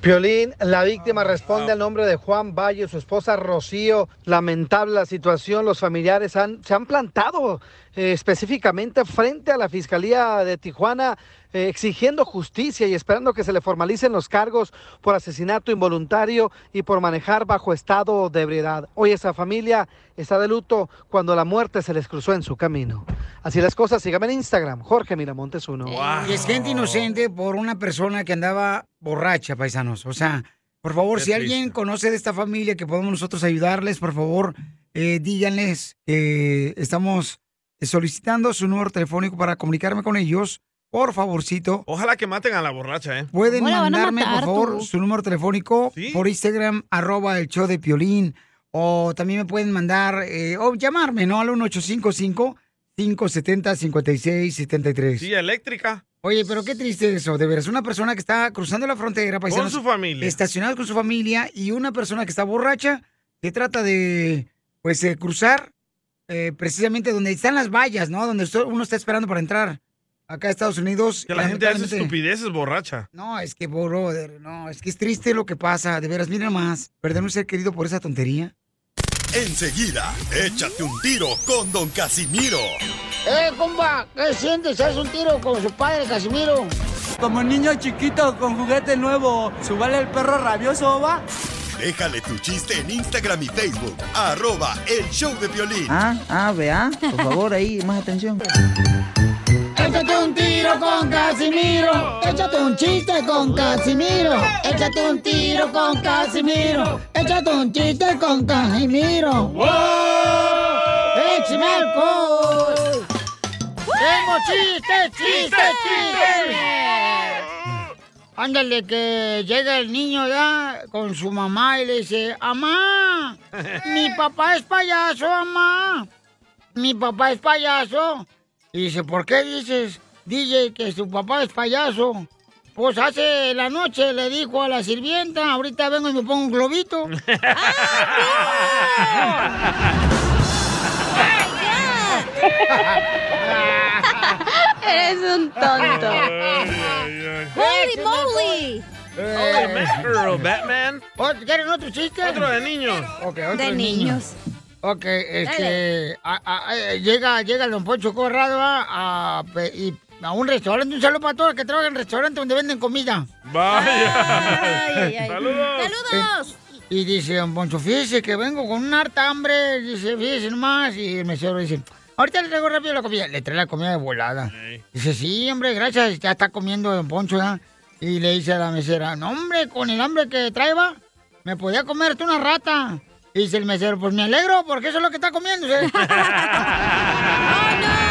S8: Piolín, la víctima responde al nombre de Juan Valle, su esposa Rocío. Lamentable la situación, los familiares han, se han plantado eh, específicamente frente a la Fiscalía de Tijuana eh, exigiendo justicia y esperando que se le formalicen los cargos por asesinato involuntario y por manejar bajo estado de ebriedad. Hoy esa familia está de luto cuando la muerte se les cruzó en su camino. Así las cosas, síganme en Instagram, Jorge Miramontes 1.
S3: Y es gente inocente por una persona que andaba borracha, paisanos. O sea, por favor,
S8: Qué
S3: si alguien conoce de esta familia que podemos nosotros ayudarles, por favor, eh, díganles que estamos solicitando su número telefónico para comunicarme con ellos. Por favorcito.
S5: Ojalá que maten a la borracha, ¿eh?
S3: Pueden mandarme, por favor, su número telefónico por Instagram, arroba el show de Piolín. O también me pueden mandar, eh, o llamarme, ¿no? Al 1855-570-5673.
S5: Sí, eléctrica.
S3: Oye, pero qué triste eso, de veras. Una persona que está cruzando la frontera, paisanos.
S5: su familia.
S3: Estacionado con su familia y una persona que está borracha que trata de, pues, eh, cruzar eh, precisamente donde están las vallas, ¿no? Donde esto- uno está esperando para entrar acá a Estados Unidos.
S5: Que la gente hace
S3: Lamentablemente-
S4: [laughs]
S5: estupideces borracha.
S3: No, es que, brother, no, es que es triste lo que pasa, de veras, mira más. Perder un ser querido por esa tontería.
S7: Enseguida, échate un tiro con Don Casimiro.
S25: ¡Eh, compa! ¿Qué sientes? ¿Haz un tiro con su padre, Casimiro?
S26: Como niño chiquito con juguete nuevo, ¿subale el perro rabioso va?
S7: Déjale tu chiste en Instagram y Facebook, arroba el show de violín.
S27: Ah, ah, vea, por favor, ahí, más atención.
S25: Échate un tiro con Casimiro. Échate un [laughs] chiste con Casimiro. Échate un tiro con Casimiro. Échate un chiste con Casimiro. ¡Eh, ¡Wow! ¡Échame alcohol! ¡Tengo chiste, chiste, chiste! Ándale, que llega el niño ya con su mamá y le dice,
S5: [laughs]
S25: ¡Amá! Mi papá es payaso, mamá. Mi papá es payaso. Y dice, ¿por qué dices, DJ, que su papá es payaso? Pues hace la noche le dijo a la sirvienta, ahorita vengo y me pongo un
S5: [laughs]
S25: globito.
S9: [laughs] Eres un tonto.
S25: pues.
S9: ¡Holy moly!
S5: Holy mackerel, Eh, Batman.
S25: ¿Ot- ¿Quieren Oh, otro chiste?
S5: Otro de niños.
S3: Ok, otro
S25: De niños.
S3: Ok,
S25: Dale.
S3: este, a- a- a- llega, llega Don Poncho Corrado a, a- pe- y a un restaurante, un saludo para todos los que trabajan en restaurante donde venden comida.
S5: Vaya.
S3: ¡Saludos! Y, y dice Don Poncho, fíjese que vengo con un harta hambre, dice, fíjese nomás, y el mesero dice, ahorita le traigo rápido la comida, le trae la comida de volada. Dice, sí, hombre, gracias, ya está comiendo Don Poncho, ¿verdad? Y le dice a la mesera, no, hombre, con el hambre que trae, va, me podía comerte una rata. Y dice el mesero, pues me alegro, porque eso es lo que está comiéndose. [laughs]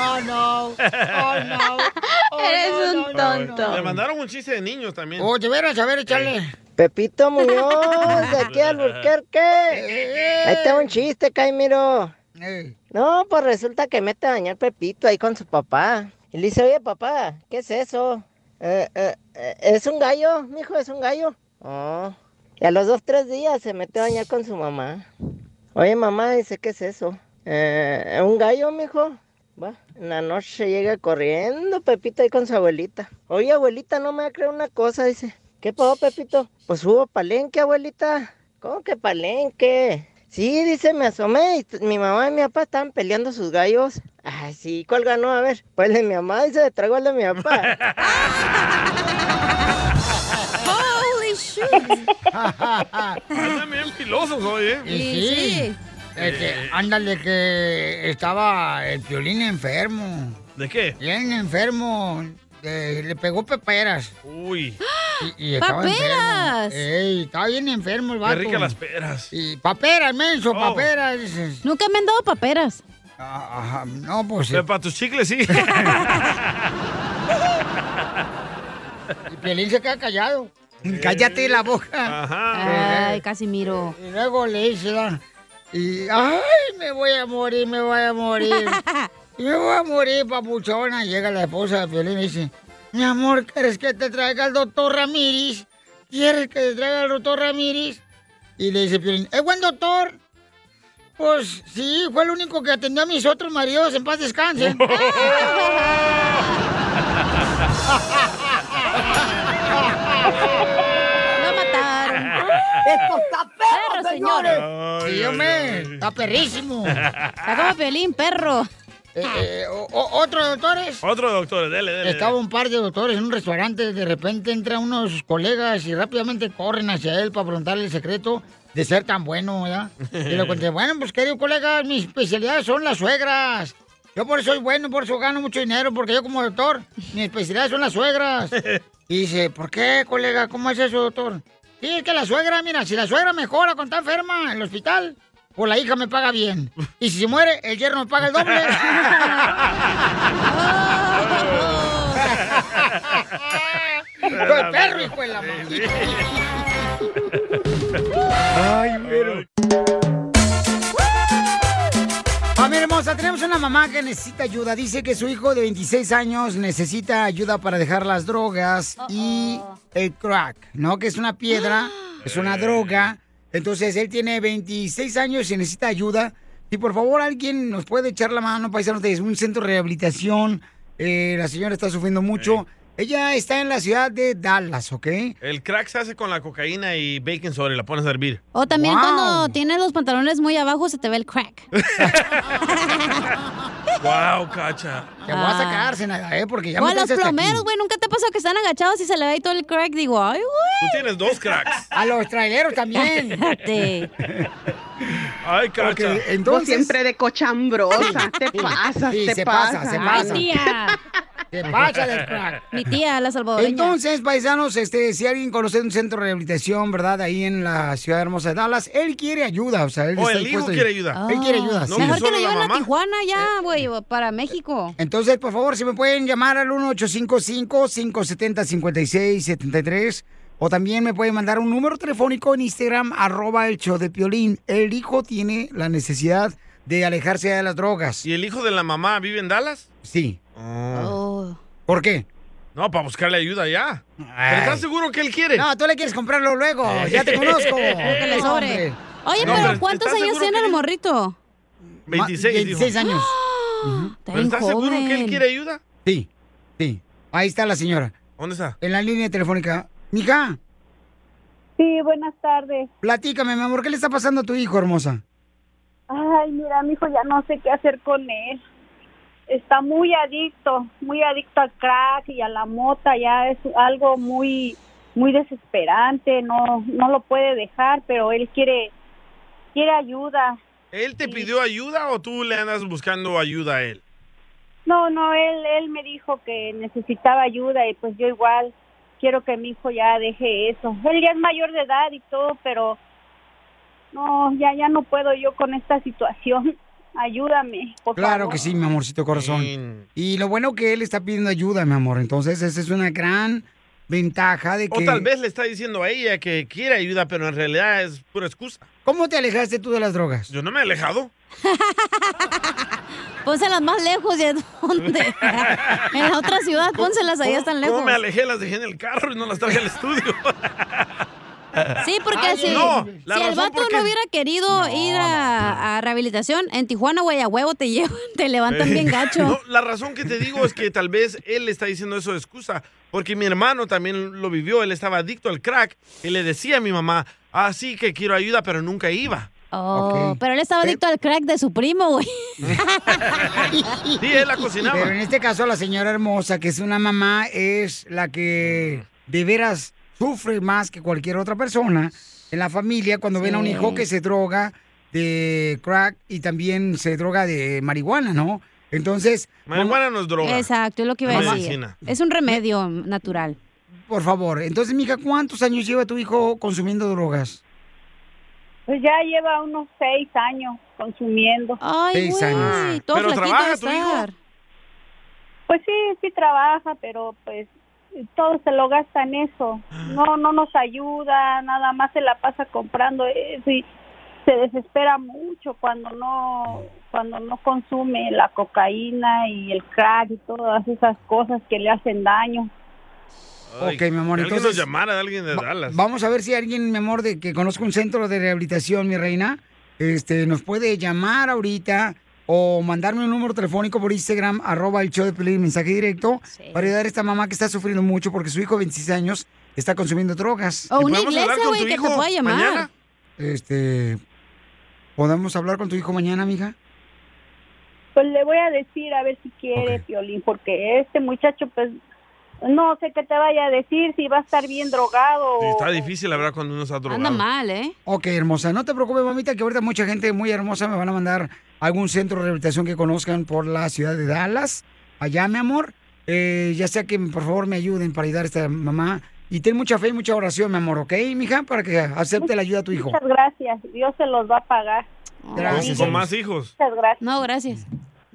S3: Oh [laughs] no, oh no.
S25: Eres
S5: un
S25: tonto.
S5: Le mandaron un chiste de niños también.
S3: Oh, de veras, a ver, échale.
S19: Pepito Muñoz, de aquí al Burquerque. Ahí está un chiste, Caimiro. No, pues resulta que mete a bañar Pepito ahí con su papá. Y le dice, oye, papá, ¿qué es eso? "Eh, eh, eh, ¿Es un gallo? Mijo, es un gallo. Oh. Y a los dos, tres días se mete a bañar con su mamá. Oye, mamá, dice, ¿qué es eso? "Eh, ¿Un gallo, mijo? Va. En la noche llega corriendo Pepito ahí con su abuelita. Oye, abuelita, no me va a creer una cosa, dice. ¿Qué pasó, Pepito? Pues hubo palenque, abuelita. ¿Cómo que palenque? Sí, dice, me asomé y t- mi mamá y mi papá estaban peleando sus gallos. Ay, sí, ¿cuál ganó? A ver, pues el de mi mamá, dice, traigo el de mi papá.
S25: Holy
S5: Andan bien
S25: [laughs]
S5: pilosos hoy, ¿eh?
S3: Y sí. Este, ándale que estaba el violín enfermo.
S5: ¿De qué?
S3: Bien enfermo. Eh, le pegó peperas.
S5: Uy.
S3: Y estaba
S5: ¡Paperas!
S3: enfermo. Ey, estaba bien enfermo el
S5: Qué
S3: vato.
S5: ricas las peras. Oh.
S3: Y paperas, menso, paperas. Nunca me han dado paperas. Ajá, no, pues.
S5: Pero para tus chicles,
S3: [laughs]
S5: sí.
S3: Y Piolín se queda callado. Cállate la boca.
S4: Ay, Casimiro.
S3: Y luego le dice, ¿verdad? y, ay, me voy a morir, me voy a [laughs] morir. me voy a morir, papuchona. Y Llega la esposa de Piolín y dice, mi amor, ¿quieres que te traiga el doctor Ramírez? ¿Quieres que te traiga el doctor Ramírez? Y le dice Piolín, ¿es buen doctor? Pues sí, fue el único que atendió a mis otros maridos en paz [laughs] descanse.
S4: Lo
S3: [laughs]
S4: mataron.
S6: ¡Esto está
S4: perro,
S6: señores!
S3: Sí, hombre, está [laughs] perrísimo.
S4: Está como Piolín, perro.
S3: Eh, ¿Otros doctores?
S5: Otro doctor, dele, dele.
S3: Estaba un par de doctores en un restaurante, de repente entran unos sus colegas y rápidamente corren hacia él para preguntarle el secreto de ser tan bueno, ¿verdad? Y le
S5: [laughs]
S3: conté, bueno, pues querido colega, mis especialidades son las suegras. Yo por eso soy bueno, por eso gano mucho dinero, porque yo como doctor, mis especialidades son las
S5: [laughs]
S3: suegras. Y dice, ¿por qué, colega? ¿Cómo es eso, doctor? Sí, es que la suegra, mira, si la suegra mejora cuando está enferma en el hospital, pues la hija me paga bien. Y si se muere, el yerno me paga el
S5: [laughs]
S3: doble. ¡Fue perro, hijo de la Ay, pero. Familia hermosa, tenemos una mamá que necesita ayuda. Dice que su hijo de 26 años necesita ayuda para dejar las drogas y el crack, ¿no? Que es una piedra, es una droga. Entonces, él tiene 26 años y necesita ayuda. Y por favor, alguien nos puede echar la mano, paisanos, es un centro de rehabilitación. Eh, la señora está sufriendo mucho. Ella está en la ciudad de Dallas, ¿ok?
S5: El crack se hace con la cocaína y baking soda y la pones a hervir.
S4: O también
S5: Wow.
S4: cuando tienes los pantalones muy abajo se te ve el crack.
S5: ¡Wow, cacha!
S3: Te voy a sacar, Zenaida, ¿eh? Porque ya
S4: Ah. o
S3: me
S4: a los
S3: tienes hasta aquí.
S4: plomeros, güey, nunca te ha pasado que están agachados y se le ve ahí todo el crack. Digo, ay, güey.
S5: Tú tienes
S4: [laughs]
S5: dos cracks.
S3: A los traileros también.
S4: Espérate.
S5: Ay, cacha.
S21: Vos siempre de cochambrosa. Te pasas,
S3: Sí,
S21: te
S3: se
S21: pasas.
S3: pasa, se pasa. [laughs] Se pasa del crack.
S4: Mi tía, la salvadoreña.
S3: Entonces, paisanos, este, si alguien conoce un centro de rehabilitación, ¿verdad? Ahí en la ciudad hermosa de Dallas, él quiere ayuda. O sea, él
S5: O
S3: está
S5: el hijo
S3: dispuesto a-
S5: quiere ayuda.
S3: Él quiere ayuda, sí.
S4: Mejor que lo lleven a Tijuana
S3: Eh.
S4: ya, güey, para México.
S3: Entonces, por favor, si me pueden llamar al 1-855-570-5673 o también me pueden mandar un número telefónico en Instagram, arroba el show de Piolín. El hijo tiene la necesidad de alejarse de las drogas.
S5: ¿Y el hijo de la mamá vive en Dallas?
S3: Sí.
S4: Oh.
S3: ¿Por qué?
S5: No, para buscarle ayuda ya. ¿Pero estás seguro que él quiere?
S3: No, tú le quieres comprarlo luego. Ya
S5: [laughs]
S3: te conozco.
S5: Que le sobre.
S4: Oye,
S5: No,
S4: pero
S3: pues,
S5: pero
S4: ¿cuántos
S5: ¿estás
S4: años
S5: seguro
S4: tiene
S5: que
S4: el
S5: él-
S4: morrito?
S5: 26,
S3: Ma-
S5: dijo.
S3: 26 años.
S5: ¿Pero estás seguro que él quiere ayuda?
S3: Sí, sí. Ahí está la señora.
S5: ¿Dónde está?
S3: En la línea telefónica. Mija.
S10: Sí, buenas tardes.
S3: Platícame, mi amor, ¿qué le está pasando a tu hijo, hermosa?
S10: Ay, mira, mi hijo ya no sé qué hacer con él. Está muy adicto, muy adicto al crack y a la mota, ya es algo muy muy desesperante, no no lo puede dejar, pero él quiere quiere ayuda.
S5: ¿Él te pidió ayuda o tú le andas buscando ayuda a él?
S10: No, no, él él me dijo que necesitaba ayuda y pues yo igual quiero que mi hijo ya deje eso. Él ya es mayor de edad y todo, pero no, ya ya no puedo yo con esta situación. [laughs] Ayúdame, por
S3: Claro
S10: favor.
S3: que sí, mi amorcito corazón. Y lo bueno que él está pidiendo ayuda, mi amor. Entonces, esa es una gran ventaja de que...
S5: O tal vez le está diciendo a ella que quiere ayuda, pero en realidad es pura excusa.
S3: ¿Cómo te alejaste tú de las drogas?
S5: Yo no me he alejado.
S4: Pónselas Pues más lejos, ¿de dónde? [laughs] en la otra ciudad, Ah, pónselas ahí,
S5: ¿Cómo-
S4: están lejos.
S5: ¿Cómo me alejé? Las dejé en el carro y no las traje al estudio.
S4: Sí, porque
S5: Ay,
S4: si,
S5: No,
S4: si
S5: la
S4: el
S5: razón
S4: vato
S5: porque-
S4: no hubiera querido ir a, a rehabilitación, en Tijuana, güey, a huevo te llevan, [laughs] te levantan bien gacho.
S5: Eh, No, la razón que te digo es que tal vez él le está diciendo eso de excusa, porque mi hermano también lo vivió, él estaba adicto al crack y le decía a mi mamá, así que quiero ayuda, pero nunca iba.
S4: Oh, Pero él
S5: Eh,
S4: estaba adicto al crack de su primo, güey.
S5: Sí, él la cocinaba.
S3: Pero en este caso, la señora hermosa, que es una mamá, es la que de veras sufre más que cualquier otra persona en la familia cuando ven a un
S9: Sí.
S3: hijo que se droga de crack y también se droga de marihuana, ¿no? Entonces...
S5: Marihuana no es droga.
S4: Exacto, es lo que iba a
S3: Es
S4: decir.
S3: medicina.
S4: Es un remedio natural.
S3: Por favor, entonces, mija, ¿cuántos años lleva tu hijo consumiendo drogas?
S10: Pues ya lleva unos seis años. consumiendo.
S4: Ay,
S10: Seis güey, años. todo
S5: Pero flaquito trabaja de tu hijo. estar.
S10: Pues sí, sí trabaja, pero pues todo se lo gasta en eso. No, no nos ayuda, nada más se la pasa comprando eso y se desespera mucho cuando no, cuando no consume la cocaína y el crack y todas esas cosas que le hacen daño.
S3: Ok, mi amor,
S5: que alguien
S3: entonces-
S5: nos llamara de alguien de Dallas.
S3: Vamos a ver si alguien, mi amor, de que conozca un centro de rehabilitación, mi reina, este, nos puede llamar ahorita o mandarme un número telefónico por Instagram, arroba el show de Pelín, mensaje directo, para ayudar a esta mamá que está sufriendo mucho porque su hijo de 26 años está consumiendo drogas.
S4: O ¿Y una podemos iglesia, hablar con güey, tu que te hijo pueda llamar. mañana?
S3: Este, ¿podemos hablar con tu hijo mañana, mija?
S10: Pues le voy a decir a ver si quiere, Piolín, porque este muchacho, pues, no sé qué te vaya a decir, si va a estar bien drogado.
S5: Sí,
S10: o-
S5: está difícil hablar cuando uno está drogado.
S10: mal, ¿eh?
S3: Ok, hermosa, no te preocupes, mamita, que ahorita mucha gente muy hermosa me van a mandar a algún centro de rehabilitación que conozcan por la ciudad de Dallas. Allá, mi amor, eh, ya sea que por favor me ayuden para ayudar a esta mamá. Y ten mucha fe y mucha oración, mi amor, ¿ok, mija? Para que acepte la ayuda a tu hijo.
S10: Muchas gracias, Dios se los va a pagar.
S3: Gracias.
S5: Con más hijos.
S10: Muchas gracias.
S4: No, gracias.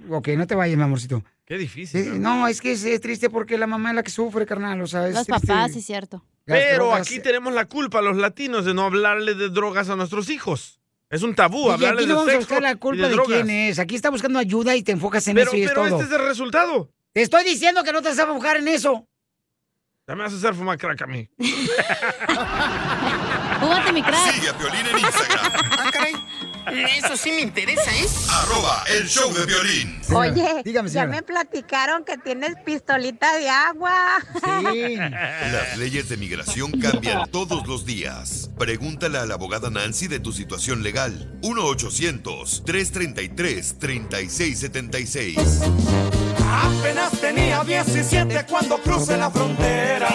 S3: Ok, no te vayas, mi amorcito.
S5: Qué
S3: Eh,
S5: difícil.
S3: no, es que es, es triste porque la mamá es la que sufre, carnal, o sea, es
S4: Los
S3: triste.
S4: papás, sí, cierto.
S3: Las
S5: Pero
S3: drogas-
S5: aquí tenemos la culpa los latinos de no hablarle de drogas a nuestros hijos. Es un tabú
S3: Y
S5: hablarles
S3: aquí no
S5: de
S3: vamos a
S5: sexo
S3: buscar la
S5: y
S3: culpa
S5: de
S3: de,
S5: drogas.
S3: quién es. Aquí está buscando ayuda y te enfocas en
S5: Pero-
S3: eso y es
S5: pero
S3: todo.
S5: este es el resultado.
S3: Te estoy diciendo que no te vas a enfocar en eso.
S5: Ya me vas a hacer fumar crack a mí.
S4: Fúmate mi crack.
S7: Sigue a Piolín en Instagram.
S2: Ah, caray. Eso sí me interesa, ¿es?
S7: Arroba el show de Piolín.
S12: Oye,
S7: Dígame,
S12: ya
S7: señora.
S12: me platicaron que tienes pistolita de agua.
S23: [laughs]
S7: Las leyes de migración cambian todos los días. Pregúntale a la abogada Nancy de tu situación legal. 1-800-333-3676.
S22: Apenas tenía 17 cuando crucé la frontera.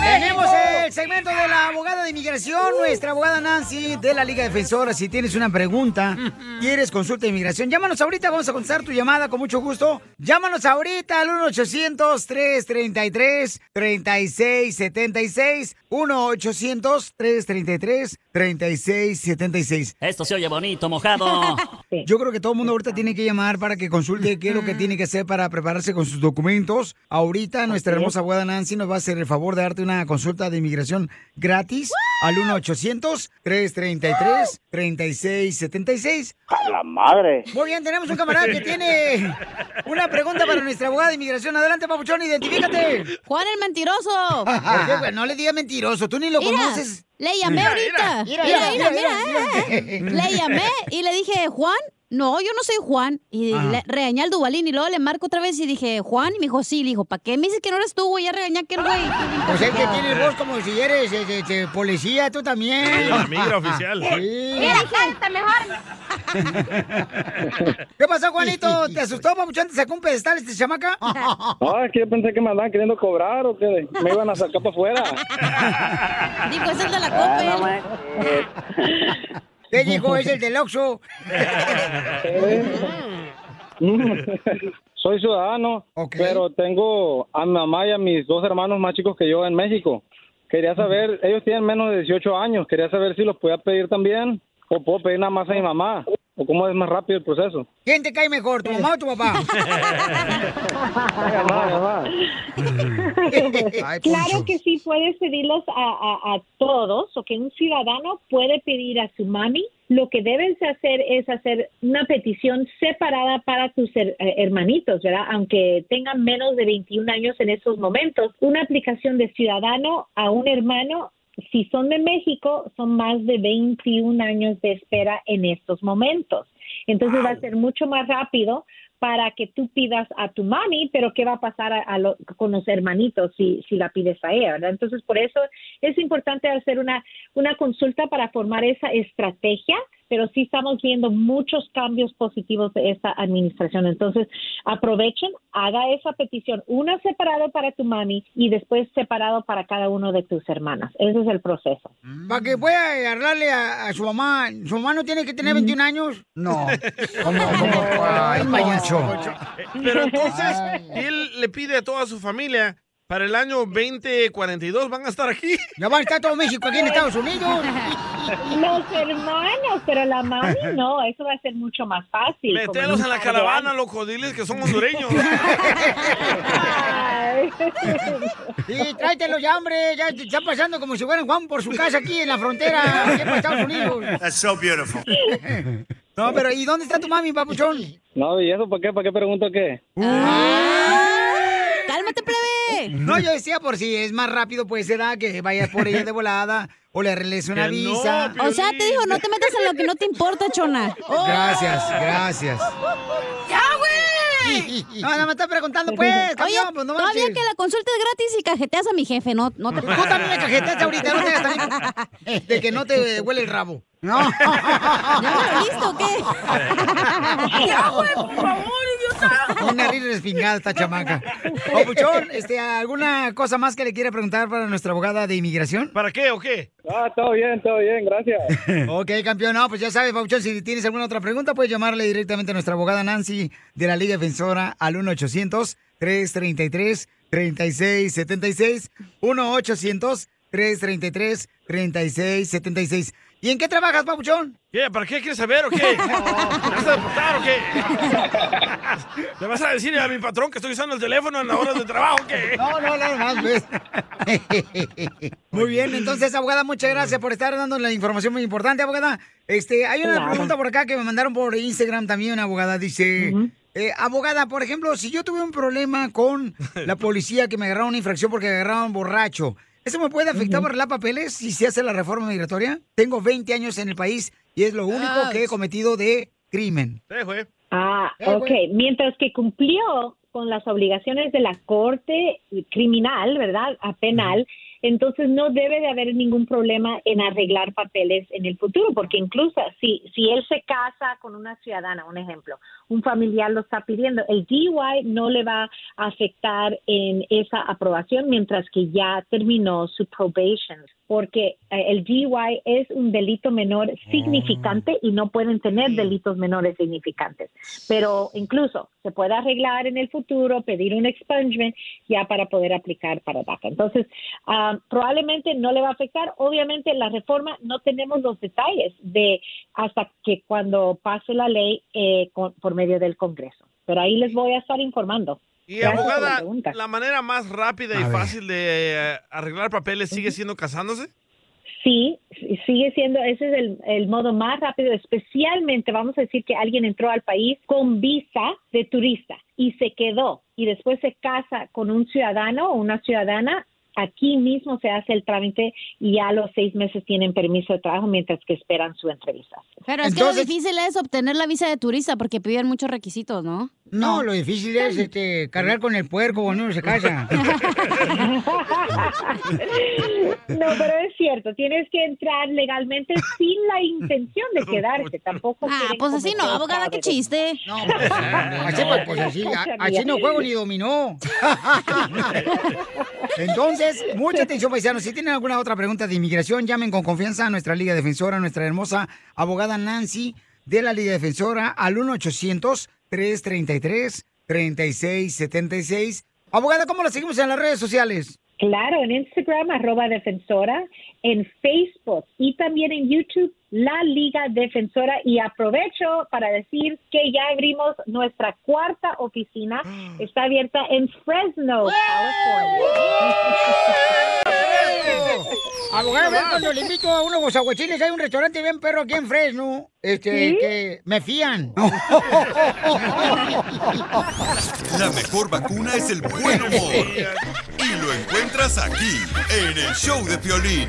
S3: Tenemos el segmento de la abogada de inmigración, nuestra abogada Nancy de la Liga Defensora. Si tienes una pregunta, quieres consulta de inmigración, llámanos ahorita, vamos a contestar tu llamada con mucho gusto. Llámanos ahorita al 1-800-333-3676. 1-800-333-3676.
S15: Esto se oye bonito,
S16: [laughs]
S15: mojado.
S3: Yo creo que todo el mundo ahorita tiene que llamar para que consulte qué es lo que tiene que hacer para prepararse con sus documentos. Ahorita nuestra
S12: Así es.
S3: hermosa abogada Nancy nos va a hacer el favor de darte una consulta de inmigración gratis al 1-800-333-3676.
S18: ¡A la madre!
S3: Muy bien, tenemos un camarada que tiene una pregunta para nuestra abogada de inmigración. Adelante, papuchón, identifícate.
S4: Juan el mentiroso.
S3: [laughs] ¿Por qué, güey? no le digas mentiroso, tú ni lo
S4: Mira,
S3: conoces.
S4: Le llamé ahorita. Mira, mira, mira, eh, eh. Le llamé y le dije, Juan, no, yo no soy Juan. Y
S3: Ajá.
S4: le regañé al Dubalín y luego le marco otra vez y dije, Juan, y me dijo, sí, le dijo, ¿para qué me dices que no eres tú, güey? Ya regañé a aquel güey.
S3: Pues es que tienes voz como si eres este, este, policía, tú también.
S5: Sí, la migra oficial.
S3: Sí.
S12: canta mejor.
S3: ¿Qué pasó,
S5: [laughs]
S3: Juanito? ¿Te asustó, papuchón? ¿Te sacó un pedestal este
S4: [laughs]
S3: chamaca?
S18: No, Ah, es que yo pensé que me andaban queriendo cobrar o que me iban a sacar para afuera.
S4: Digo, es el de la
S18: Ah, no
S4: copa.
S18: manches.
S3: [laughs] Te dijo, es el del
S18: [laughs]
S3: Oxxo.
S18: Mm, [laughs] Soy ciudadano, pero tengo a mi mamá y a mis dos hermanos más chicos que yo en México. Quería saber, ellos tienen menos de 18 años, quería saber si los podía pedir también o puedo pedir nada más a mi mamá o cómo es más rápido el proceso.
S3: ¿Quién te cae mejor, tu mamá o tu
S18: [laughs]
S3: papá?
S23: claro que sí, puedes pedirlos a, a- a todos, o que un ciudadano puede pedir a su mami. Lo que debes de hacer es hacer una petición separada para tus her- eh, hermanitos, ¿verdad? Aunque tengan menos de 21 años en esos momentos, una aplicación de ciudadano a un hermano. Si son de México, son más de 21 años de espera en estos momentos. Entonces va a ser mucho más rápido para que tú pidas a tu mami, pero ¿qué va a pasar a- a lo- con los hermanitos si, si la pides a ella? ¿verdad? Entonces, por eso es importante hacer una, una consulta para formar esa estrategia, pero sí estamos viendo muchos cambios positivos de esta administración. Entonces, aprovechen, haga esa petición, una separado para tu mami y después separado para cada uno de tus hermanas. Ese es el proceso.
S3: Para que pueda eh, hablarle a, a su mamá. ¿Su mamá no tiene que
S18: Mm.
S3: tener 21 años? No. [laughs] ¿Cómo, cómo? Ay, payaso. [laughs]
S5: Pero entonces, si él le pide a toda su familia, Para el año 2042 van a estar aquí.
S3: Ya van a estar todo México aquí en Estados Unidos.
S23: Los hermanos, pero la mami no, eso va a ser mucho más fácil.
S5: Metelos en la caravana, loco, diles que son
S3: [laughs]
S5: hondureños.
S3: Sí, tráetelo ya, hombre. Ya te- está pasando como si fueran Juan por su casa aquí en
S4: [laughs]
S3: la frontera, aquí para Estados Unidos.
S8: [laughs] That's so beautiful.
S3: No, pero ¿y dónde está tu mami, papuchón?
S8: No, ¿y eso para qué? ¿Para qué pregunto qué?
S3: ¡Cálmate, plebe! No, yo decía por si es más rápido, pues será que vayas por ella de volada o le arregles una
S4: Que no,
S3: visa.
S4: O sea, te dijo, no te metas en lo que no te importa, chona. Oh.
S3: Gracias, gracias.
S4: ¡Ya, güey!
S3: No, nada más está preguntando, pues,
S4: Oye,
S3: campeón, pues, no
S4: todavía
S3: manches.
S4: que la consulta es gratis y cajeteas a mi jefe, no, no te
S3: Tú también me cajeteaste ahorita, no te hagas
S4: [laughs]
S3: también de que no te huele el rabo. No.
S4: [laughs] ¿Ya lo visto o qué?
S3: [laughs] Ya, güey, por favor, idiota. [laughs] Una risa respingada esta chamaca. Papuchón, este, ¿alguna cosa más que le quiera preguntar para nuestra abogada de inmigración?
S5: ¿Para qué o qué?
S3: Ah, todo bien, todo bien, gracias. [laughs] ok, campeón. No, pues ya sabes, Papuchón, si tienes alguna otra pregunta, puedes llamarle directamente a nuestra abogada Nancy de la Liga Defensora al 1-800-333-3676. 1-800-333-3676. ¿Y en qué trabajas, Papuchón?
S5: ¿Qué? Eh, ¿Para qué quieres saber o
S3: [laughs]
S5: qué? ¿Te vas a deportar o qué? ¿Le vas a decir a mi patrón que estoy usando el teléfono en las horas de trabajo o qué?
S3: No, no, no, más, pues. Muy bien, entonces, abogada, muchas gracias por estar dando la información muy importante, abogada. Este, hay una
S24: Claro.
S3: pregunta por acá que me mandaron por Instagram también, abogada. Dice, eh, abogada, por ejemplo, si yo tuve un problema con la policía que me agarraron una infracción porque me agarraron borracho, ¿eso me puede afectar para la papeles si se hace la reforma migratoria? Tengo 20 años en el país y es lo único que he cometido de crimen.
S23: Ah,
S3: Eh,
S23: ok.
S3: güey.
S23: Mientras que cumplió con las obligaciones de la corte criminal, ¿verdad? A penal, entonces no debe de haber ningún problema en arreglar papeles en el futuro, porque incluso si, si él se casa con una ciudadana, un ejemplo, un familiar lo está pidiendo, el DUI no le va a afectar en esa aprobación mientras que ya terminó su probation, porque eh, el DUI es un delito menor significante y no pueden tener delitos menores significantes. Pero incluso se puede arreglar en el futuro, pedir un expungement ya para poder aplicar para DACA. Entonces, ah, probablemente no le va a afectar. Obviamente, en la reforma no tenemos los detalles de hasta que cuando pase la ley eh, con- por medio del Congreso. Pero ahí les voy a estar informando.
S5: Y
S23: Gracias por la
S5: abogada,
S23: pregunta.
S5: ¿la manera más rápida y fácil de eh, arreglar papeles sigue siendo casándose?
S23: Sí, sí, sigue siendo, ese es el, el modo más rápido, especialmente vamos a decir que alguien entró al país con visa de turista y se quedó y después se casa con un ciudadano o una ciudadana. Aquí mismo se hace el trámite y ya a los seis meses tienen permiso de trabajo mientras que esperan su entrevista.
S4: Pero es
S23: Entonces-
S4: que lo difícil es obtener la visa de turista porque piden muchos requisitos, ¿no?
S3: No, lo difícil es este, cargar con el puerco cuando uno se calla.
S23: No, pero es cierto, tienes que entrar legalmente sin la intención de quedarte, tampoco.
S4: Ah,
S23: quieren
S4: pues así
S23: cometer
S4: no, abogada, qué
S23: fraude.
S4: chiste.
S3: No, pues, así, pues, pues, así, a- así no juego ni dominó. Entonces, mucha atención, paisanos. Si tienen alguna otra pregunta de inmigración, llamen con confianza a nuestra Liga Defensora, nuestra hermosa abogada Nancy de la Liga Defensora al 1-800-333-3676. Abogada, ¿cómo la seguimos en las redes sociales?
S23: Claro, en Instagram, arroba defensora, en Facebook y también en YouTube, La Liga Defensora. Y aprovecho para decir que ya abrimos nuestra cuarta oficina. Está abierta en Fresno, California.
S3: Abogada, ven cuando le invito a uno de los aguachiles, hay un restaurante bien perro aquí en Fresno, este,
S24: ¿Sí?
S3: que me fían. [laughs]
S7: La mejor vacuna es el buen
S22: [laughs]
S7: humor. Y lo encuentras aquí, en el show de Piolín.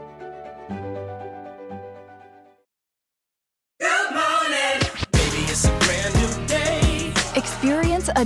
S13: Experience
S1: a